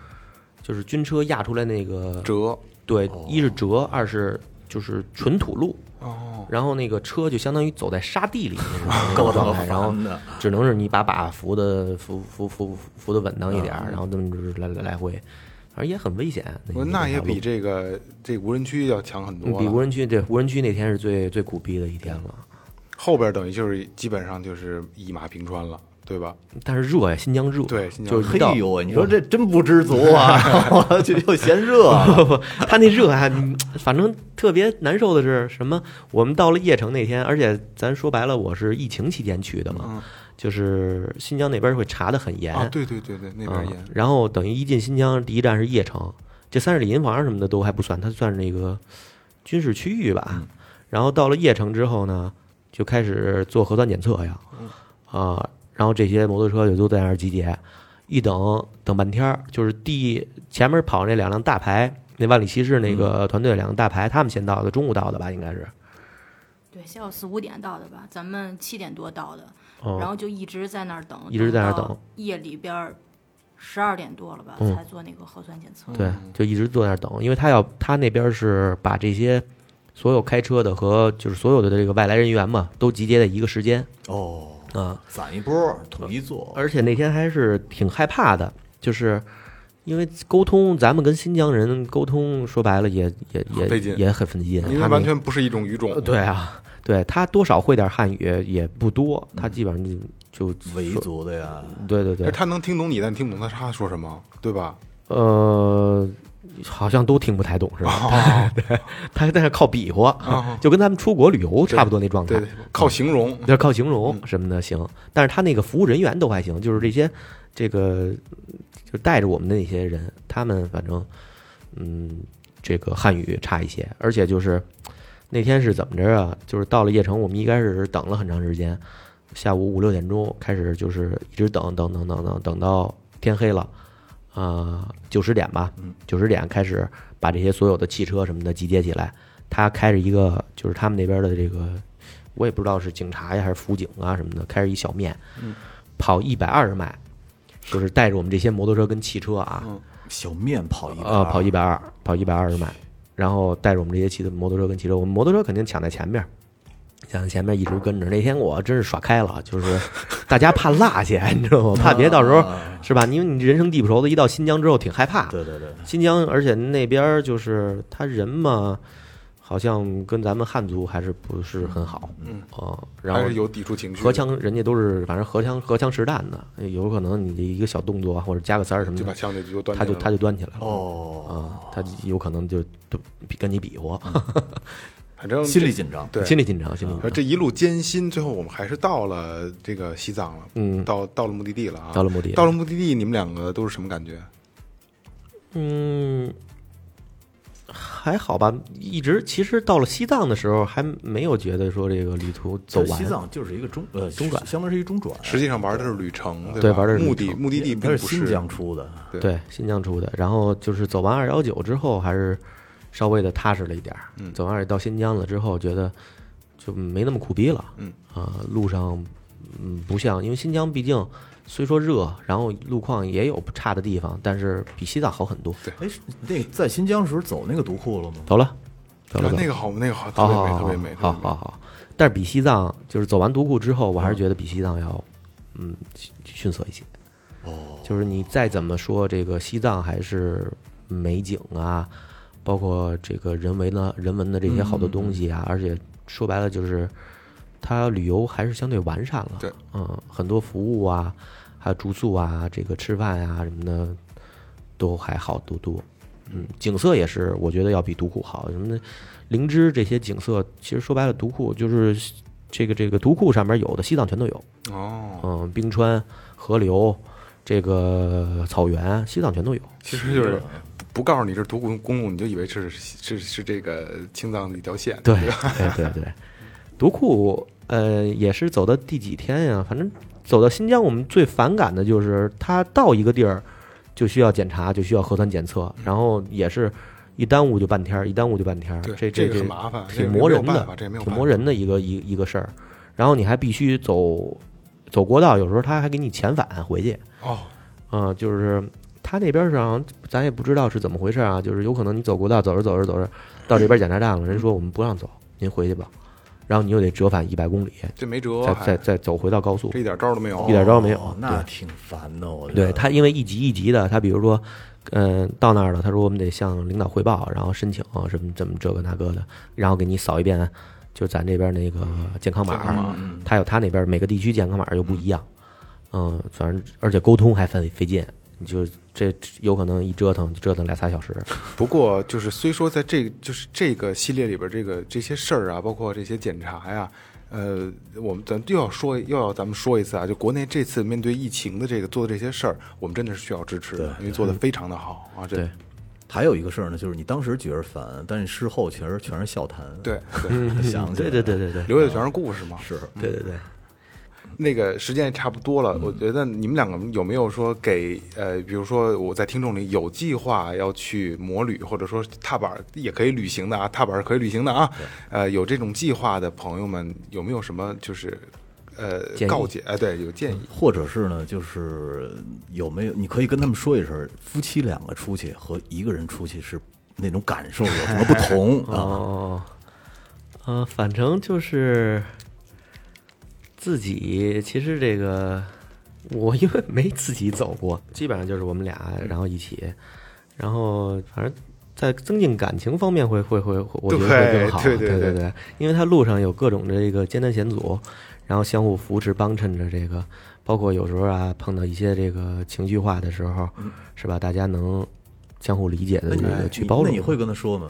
F: 就是军车压出来那个
A: 折
F: 对，
A: 哦
F: 一是折，二是就是纯土路。哦，然后那个车就相当于走在沙地里面 那种状
A: 哎
F: 态，然后
D: 烦的
F: 只能是你把把扶的扶扶扶扶的稳当一点
A: 嗯
F: 儿，然后这么就是来来来回，反正也很危险。
A: 我那也
F: 条路
A: 比这个这无人区要强很
F: 嗯
A: 多
F: 比
A: 了。
F: 无人区对无人区那天是最最苦逼的一天了，
A: 后边等于就是基本上就是一马平川了，对吧？但
F: 但是热呀，新疆热，
A: 对新疆
F: 就是
A: 热
F: 一到
D: 嘿呦喂，你说这真不知足啊， 就又嫌热啊。
F: 不不，他那热啊，嗯反正特别难受的是什么？我们到了叶城那天，而且咱说白了，我是疫情期间去的嘛，就是新疆那边会查的很严，
A: 啊，对对对对，那边也
F: 嗯然后等于一进新疆，第一站是叶城，这三十里银房什么的都还不算，它算是那个军事区域吧。
A: 嗯
F: 然后到了叶城之后呢，就开始做核酸检测呀，
A: 嗯
F: 啊、然后这些摩托车就都在那儿集结，一等等半天儿，就是第前面跑那两辆大排，那万里西市那
A: 嗯
F: 个团队两辆大排，他们先到的，中午到的吧，应该是。
G: 对，下午四五点到的吧，咱们七点多到的，
F: 哦
G: 然后就一直在那儿等，
F: 一直在那儿等，
G: 夜里边十二点多了吧、
F: 嗯
G: 才做那个核酸检测。
F: 对，就一直坐那儿等，因为他要他那边是把这些所有开车的和就是所有的这个外来人员嘛，都集结在一个时间
D: 哦，
F: 啊、
D: 攒一波，统一做。
F: 而且那天还是挺害怕的，就是因为沟通，咱们跟新疆人沟通，说白了也也
A: 很费
F: 也
A: 劲
F: 也很费劲，
A: 因
F: 他
A: 为
F: 们
A: 完全不是一种语种。
F: 对啊，对他多少会点汉语也不多，他
A: 嗯
F: 基本上就就
D: 维
F: 说
D: 族的呀，
F: 对对
A: 但
F: 对
A: 是，他能听懂你，但你听不懂他他说什么，对吧？
F: 呃，好像都听不太懂 是 吧？
A: 哦，
F: 他在那靠比划，
A: 哦
F: 就跟咱们出国旅游差不多那状态，
A: 对对，靠形容
F: 要靠形容什么的行。但是他那个服务人员都还行，就是这些这个就带着我们的那些人，他们反正嗯，这个汉语差一些，而且就是那天是怎么着啊？就是到了叶城，我们一开始是等了很长时间，下午五六点钟开始就是一直等等等等等等到天黑了。啊，九十点吧，九十点开始把这些所有的汽车什么的集结起来。他开着一个，就是他们那边的这个，我也不知道是警察呀还是辅警啊什么的，开着一小面，
D: 嗯
F: 跑一百二十迈，就是带着我们这些摩托车跟汽车啊，
D: 嗯小面跑一
F: 呃，
D: 盘
F: 跑一百二，跑一百二十迈，然后带着我们这些骑的摩托车跟汽车，我们摩托车肯定抢在前面，抢在前面一直跟着。那天我真是耍开了，就是大家怕落下， 你知道吗？怕别到时候是吧？因为你人生地不熟的，一到新疆之后挺害怕。
D: 啊对对对，
F: 新疆，而且那边儿就是他人嘛，好像跟咱们汉族还是不是很好，嗯哦，然后
A: 还是有抵触情绪
F: 荷
A: 的，
F: 枪人家都是反正荷枪荷枪实弹的，有可能你的一个小动作啊或者加个塞儿什么
A: 就把
F: 的，
A: 枪给就端起
F: 他
A: 来
F: 就
A: 了。
F: 他就端起来了。
D: 哦，
F: 啊，他有可能就就跟你比划，
A: 反正
D: 心里紧张。
A: 对
F: 心里紧张，心里紧
A: 而
F: 张。
A: 这一路艰辛，最后我们还是到了这个西藏了，
F: 嗯
A: 到到了目的地了啊，
F: 到了目的地
A: 到了目的地，你们两个都是什么感觉？
F: 嗯，还好吧，一直其实到了西藏的时候，还没有觉得说这个旅途走
D: 西
F: 完。
D: 藏就是一个中呃
F: 中转
D: 相当于是一中转。啊
A: 实际上玩的是旅程，
F: 对
A: 吧？
F: 玩的是旅
A: 目的
F: 程
A: 目的地
D: 它
A: 并
D: 是
A: 不
D: 新疆出的，
A: 对
F: 对，新疆出的，然后就是走完二幺九之后，还是稍微的踏实了一点儿。
A: 嗯
F: 走完二到新疆了之后，觉得就没那么苦逼了。
A: 嗯
F: 啊、路上嗯不像，因为新疆毕竟虽说热，然后路况也有不差的地方，但是比西藏好很多。
D: 哎，是那在新疆时候走那个独库了吗？
F: 走了，走了，
A: 啊
F: 走了
A: 那个好，那个好，特
F: 好
A: 别美，
F: 好好
A: 特别美，
F: 好
A: 特别
F: 好
A: 美。
F: 好。但是比西藏就是走完独库之后，我还是觉得比西藏要嗯逊逊色一些。哦，就是你再怎么说这个西藏还是美景啊，包括这个人为的人文的这些好多东西
A: 嗯
F: 啊，而且说白了就是它旅游还是相对完善了。
A: 对，
F: 嗯，很多服务啊，还有住宿啊，这个吃饭啊什么的都还好多多。嗯，景色也是，我觉得要比独库好。什么的，灵芝这些景色，其实说白了，独库就是这个这个独库上面有的西藏全都有。
A: 哦，
F: 嗯，冰川、河流，这个草原、西藏 全都有。
A: 其实就是不告诉你这是独孤公路，你就以为是是是这个青藏的一条线。
F: 对哎
A: 吧，
F: 对对对，独库呃也是走到第几天呀？反正走到新疆，我们最反感的就是他到一个地儿就需要检查，就需要核酸检测，
A: 嗯
F: 然后也是一耽误就半天儿，一耽误就半天儿。
A: 对，
F: 这
A: 这
F: 这
A: 个很麻烦，这
F: 挺
A: 个没
F: 磨
A: 有
F: 人
A: 办
F: 的
A: 法，这也没有
F: 挺
A: 办
F: 磨
A: 法。
F: 人的一个一一个事儿。然后你还必须走走国道，有时候他还给你遣返回去。
A: 哦，
F: 啊、就是他那边儿是好像咱也不知道是怎么回事啊，就是有可能你走国道走着走着走着到这边检查站了，人说我们不让走，您回去吧，然后你又得折返一百公里，
A: 这没辙，
F: 再
A: 还
F: 再再走回到高速
A: 这，一点招都没有。
F: 一点招没有
D: 哦那挺烦的，我觉
F: 对
D: 得。
F: 他，因为一级一级的，他比如说，嗯、到那儿了，他说我们得向领导汇报，然后申请啊什么怎么这个那个的，然后给你扫一遍，就咱这边那个健康码嗯儿，他有他那边每个地区健康码儿又不一样，嗯、反正而且沟通还费费劲，你就这有可能一折腾就折腾俩仨小时，
A: 不过就是虽说在这就是这个系列里边，这个这些事儿啊，包括这些检查呀、呃，我们咱又要说又要咱们说一次啊，就国内这次面对疫情的这个做的这些事儿，我们真的是需要支持的，因为做的非常的好啊，这
F: 嗯对
D: 还有一个事儿呢，就是你当时觉得烦，但是事后其实全是笑谈。
A: 对对，
D: 想起来
F: 对
D: 了
F: 对对对对，
A: 留下的全是故事嘛。
D: 是
F: 对对对。
A: 那个时间也差不多了，我觉得你们两个有没有说给呃，比如说我在听众里有计划要去摩旅，或者说踏板儿也可以旅行的啊，踏板儿可以旅行的啊，呃，有这种计划的朋友们有没有什么就是呃
F: 建议
A: 告诫？哎、对，有 建议。
D: 或者是呢，就是有没有你可以跟他们说一声，夫妻两个出去和一个人出去是那种感受有什么不 同啊？
F: 哦，呃，反正就是自己，其实这个我因为没自己走过，基本上就是我们俩，然后一起，然后反正。在增进感情方面会会会，会我觉得会更好。
A: 对对
F: 对
A: 对对
F: 对，因为他路上有各种的这个艰难险阻，然后相互扶持帮衬着这个，包括有时候啊碰到一些这个情绪化的时候，是吧？大家能相互理解的
D: 嗯那
F: 这
D: 你
F: 个去
D: 你
F: 包容。
D: 那你会跟他说吗？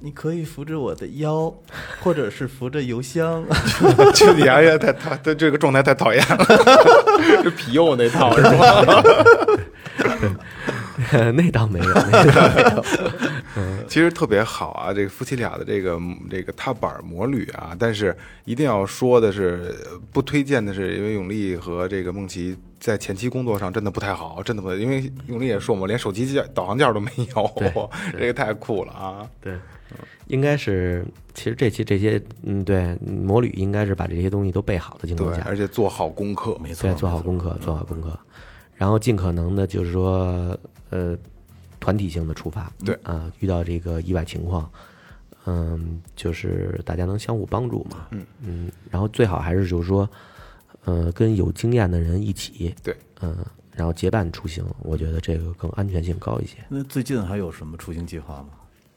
D: 你可以扶着我的腰，或者是扶着邮箱。
A: 去你哎呀，太太他这个状态太讨厌了， 这皮佑那套是吧？
F: 那倒没有，那倒
A: 其实特别好啊，这个夫妻俩的这个这个踏板摩旅啊，但是一定要说的是，呃不推荐的是，因为永利和这个梦琪在前期工作上真的不太好，真的不，因为永利也说我们连手机架导航架都没 有，这个太酷了啊！
F: 对，应该是，其实这期这些，嗯，对，魔旅应该是把这些东西都备好的情
A: 对
F: 况，下
A: 而，且做好功课，
D: 没错
F: 对，，做好功课，嗯做好功课，然后尽可能的，就是说，呃，团体性的出发，
A: 对
F: 啊、遇到这个意外情况，嗯，就是大家能相互帮助嘛，嗯然后最好还是就是说，呃，跟有经验的人一起，
A: 对，
F: 嗯、然后结伴出行，我觉得这个更安全性高一些。
D: 那最近还有什么出行计划吗？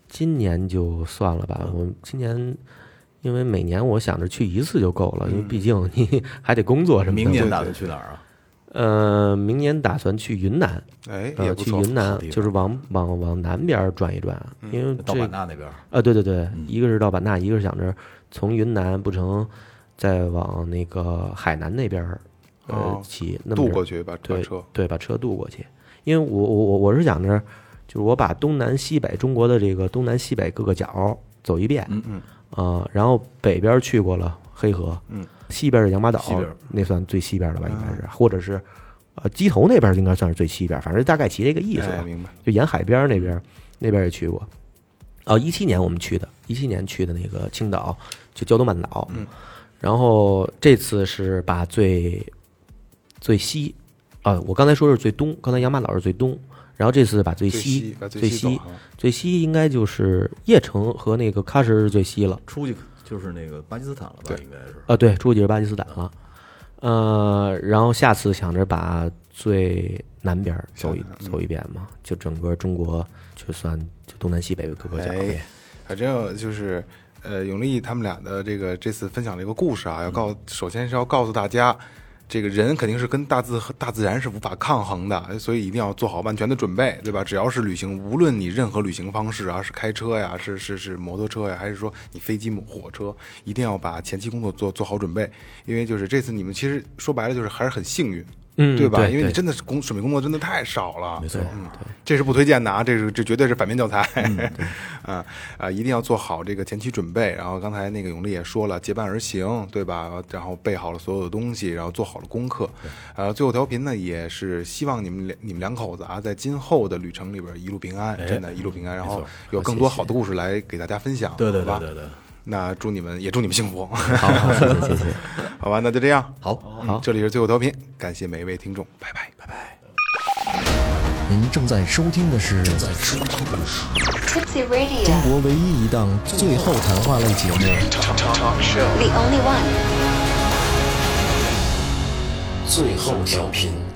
F: 今年就算了
D: 嗯
F: 吧，我今年因为每年我想着去一次就够了，因为毕竟你还得工作什么
D: 嗯
F: 的。
D: 明年打算去哪儿啊？
F: 呃，明年打算去云南，
A: 哎，也
F: 呃，
A: 不
F: 去
A: 错。
F: 云
D: 好
F: 南
D: 地方嗯
F: 就是往往往南边转一转，因为
D: 到嗯
F: 这
D: 版纳那边儿。
F: 啊，对对对，一个是到版纳，一个是想着从云南不成，再往那个海南那边儿呃
A: 哦
F: 骑，那么
A: 渡
F: 着
A: 过去把把
F: 对
A: 车，
F: 对，把车渡过去。因为我我我我是想着，就是我把东南西北中国的这个东南西北各个角走一遍，嗯嗯，啊、然后北边去过了黑河，嗯，西边的洋马岛
D: 西边儿，
F: 那算最西边了吧，应该是，或者是，呃，鸡头那边应该算是最西边，反正大概其这个意思吧。
A: 哎，明白。
F: 就沿海边儿那边儿，那边儿也去过。哦，一七年我们去的，一七年去的那个青岛，就胶东半岛。嗯，然后这次是把最最西，啊，我刚才说是最东，刚才养马岛是最东，然后这次把最
A: 最
F: 西，
A: 把最
F: 最
A: 西
F: 西
A: 走，啊
F: 最西应该就是叶城和那个喀什是最西了。
D: 出去就是那个巴基斯坦了吧？应该是。
F: 啊，对，出去是巴基斯坦了。呃，然后下次想着把最南边儿嗯走一走一遍嘛，就整个中国就算就东南西北各个角呗。
A: 哎，反正就是，呃，永利他们俩的这个这次分享这个故事
F: 嗯
A: 啊，要告，首先是要告诉大家，这个人肯定是跟大自大自然是无法抗衡的，所以一定要做好万全的准备，对吧？只要是旅行，无论你任何旅行方式啊，是开车呀，是是是摩托车呀，还是说你飞机、火车，一定要把前期工作做做好准备，因为就是这次你们其实说白了就是还是很幸运。
F: 嗯
A: 对吧？
F: 对
A: 因为你
F: 对
A: 真的是工准备工作真的太少了，嗯
H: 没错，
A: 这是不推荐的啊，这是这绝对是反面教材。
D: 嗯
A: 啊啊、一定要做好这个前期准备。然后刚才那个永利也说了，结伴而行，对吧？然后备好了所有的东西，然后做好了功课。呃，最后调频呢，也是希望你们两你们两口子啊，在今后的旅程里边一路平安，
D: 哎
A: 真的，一路平安。然后有更多好的故事来给大家分享，
D: 对对
A: 好
D: 对
A: 吧？
D: 对对，
A: 那祝你们也祝你们幸福，
F: 好，谢谢谢谢。
A: 好吧？那就这样，
D: 好，
F: 好
A: 这里是最后调频，感谢每一位听众，拜拜。
C: 您正在收听的是正在收听的是 Tipsy Radio，中国唯一一档最后谈话类节目。
I: The only one.
C: 最后调频。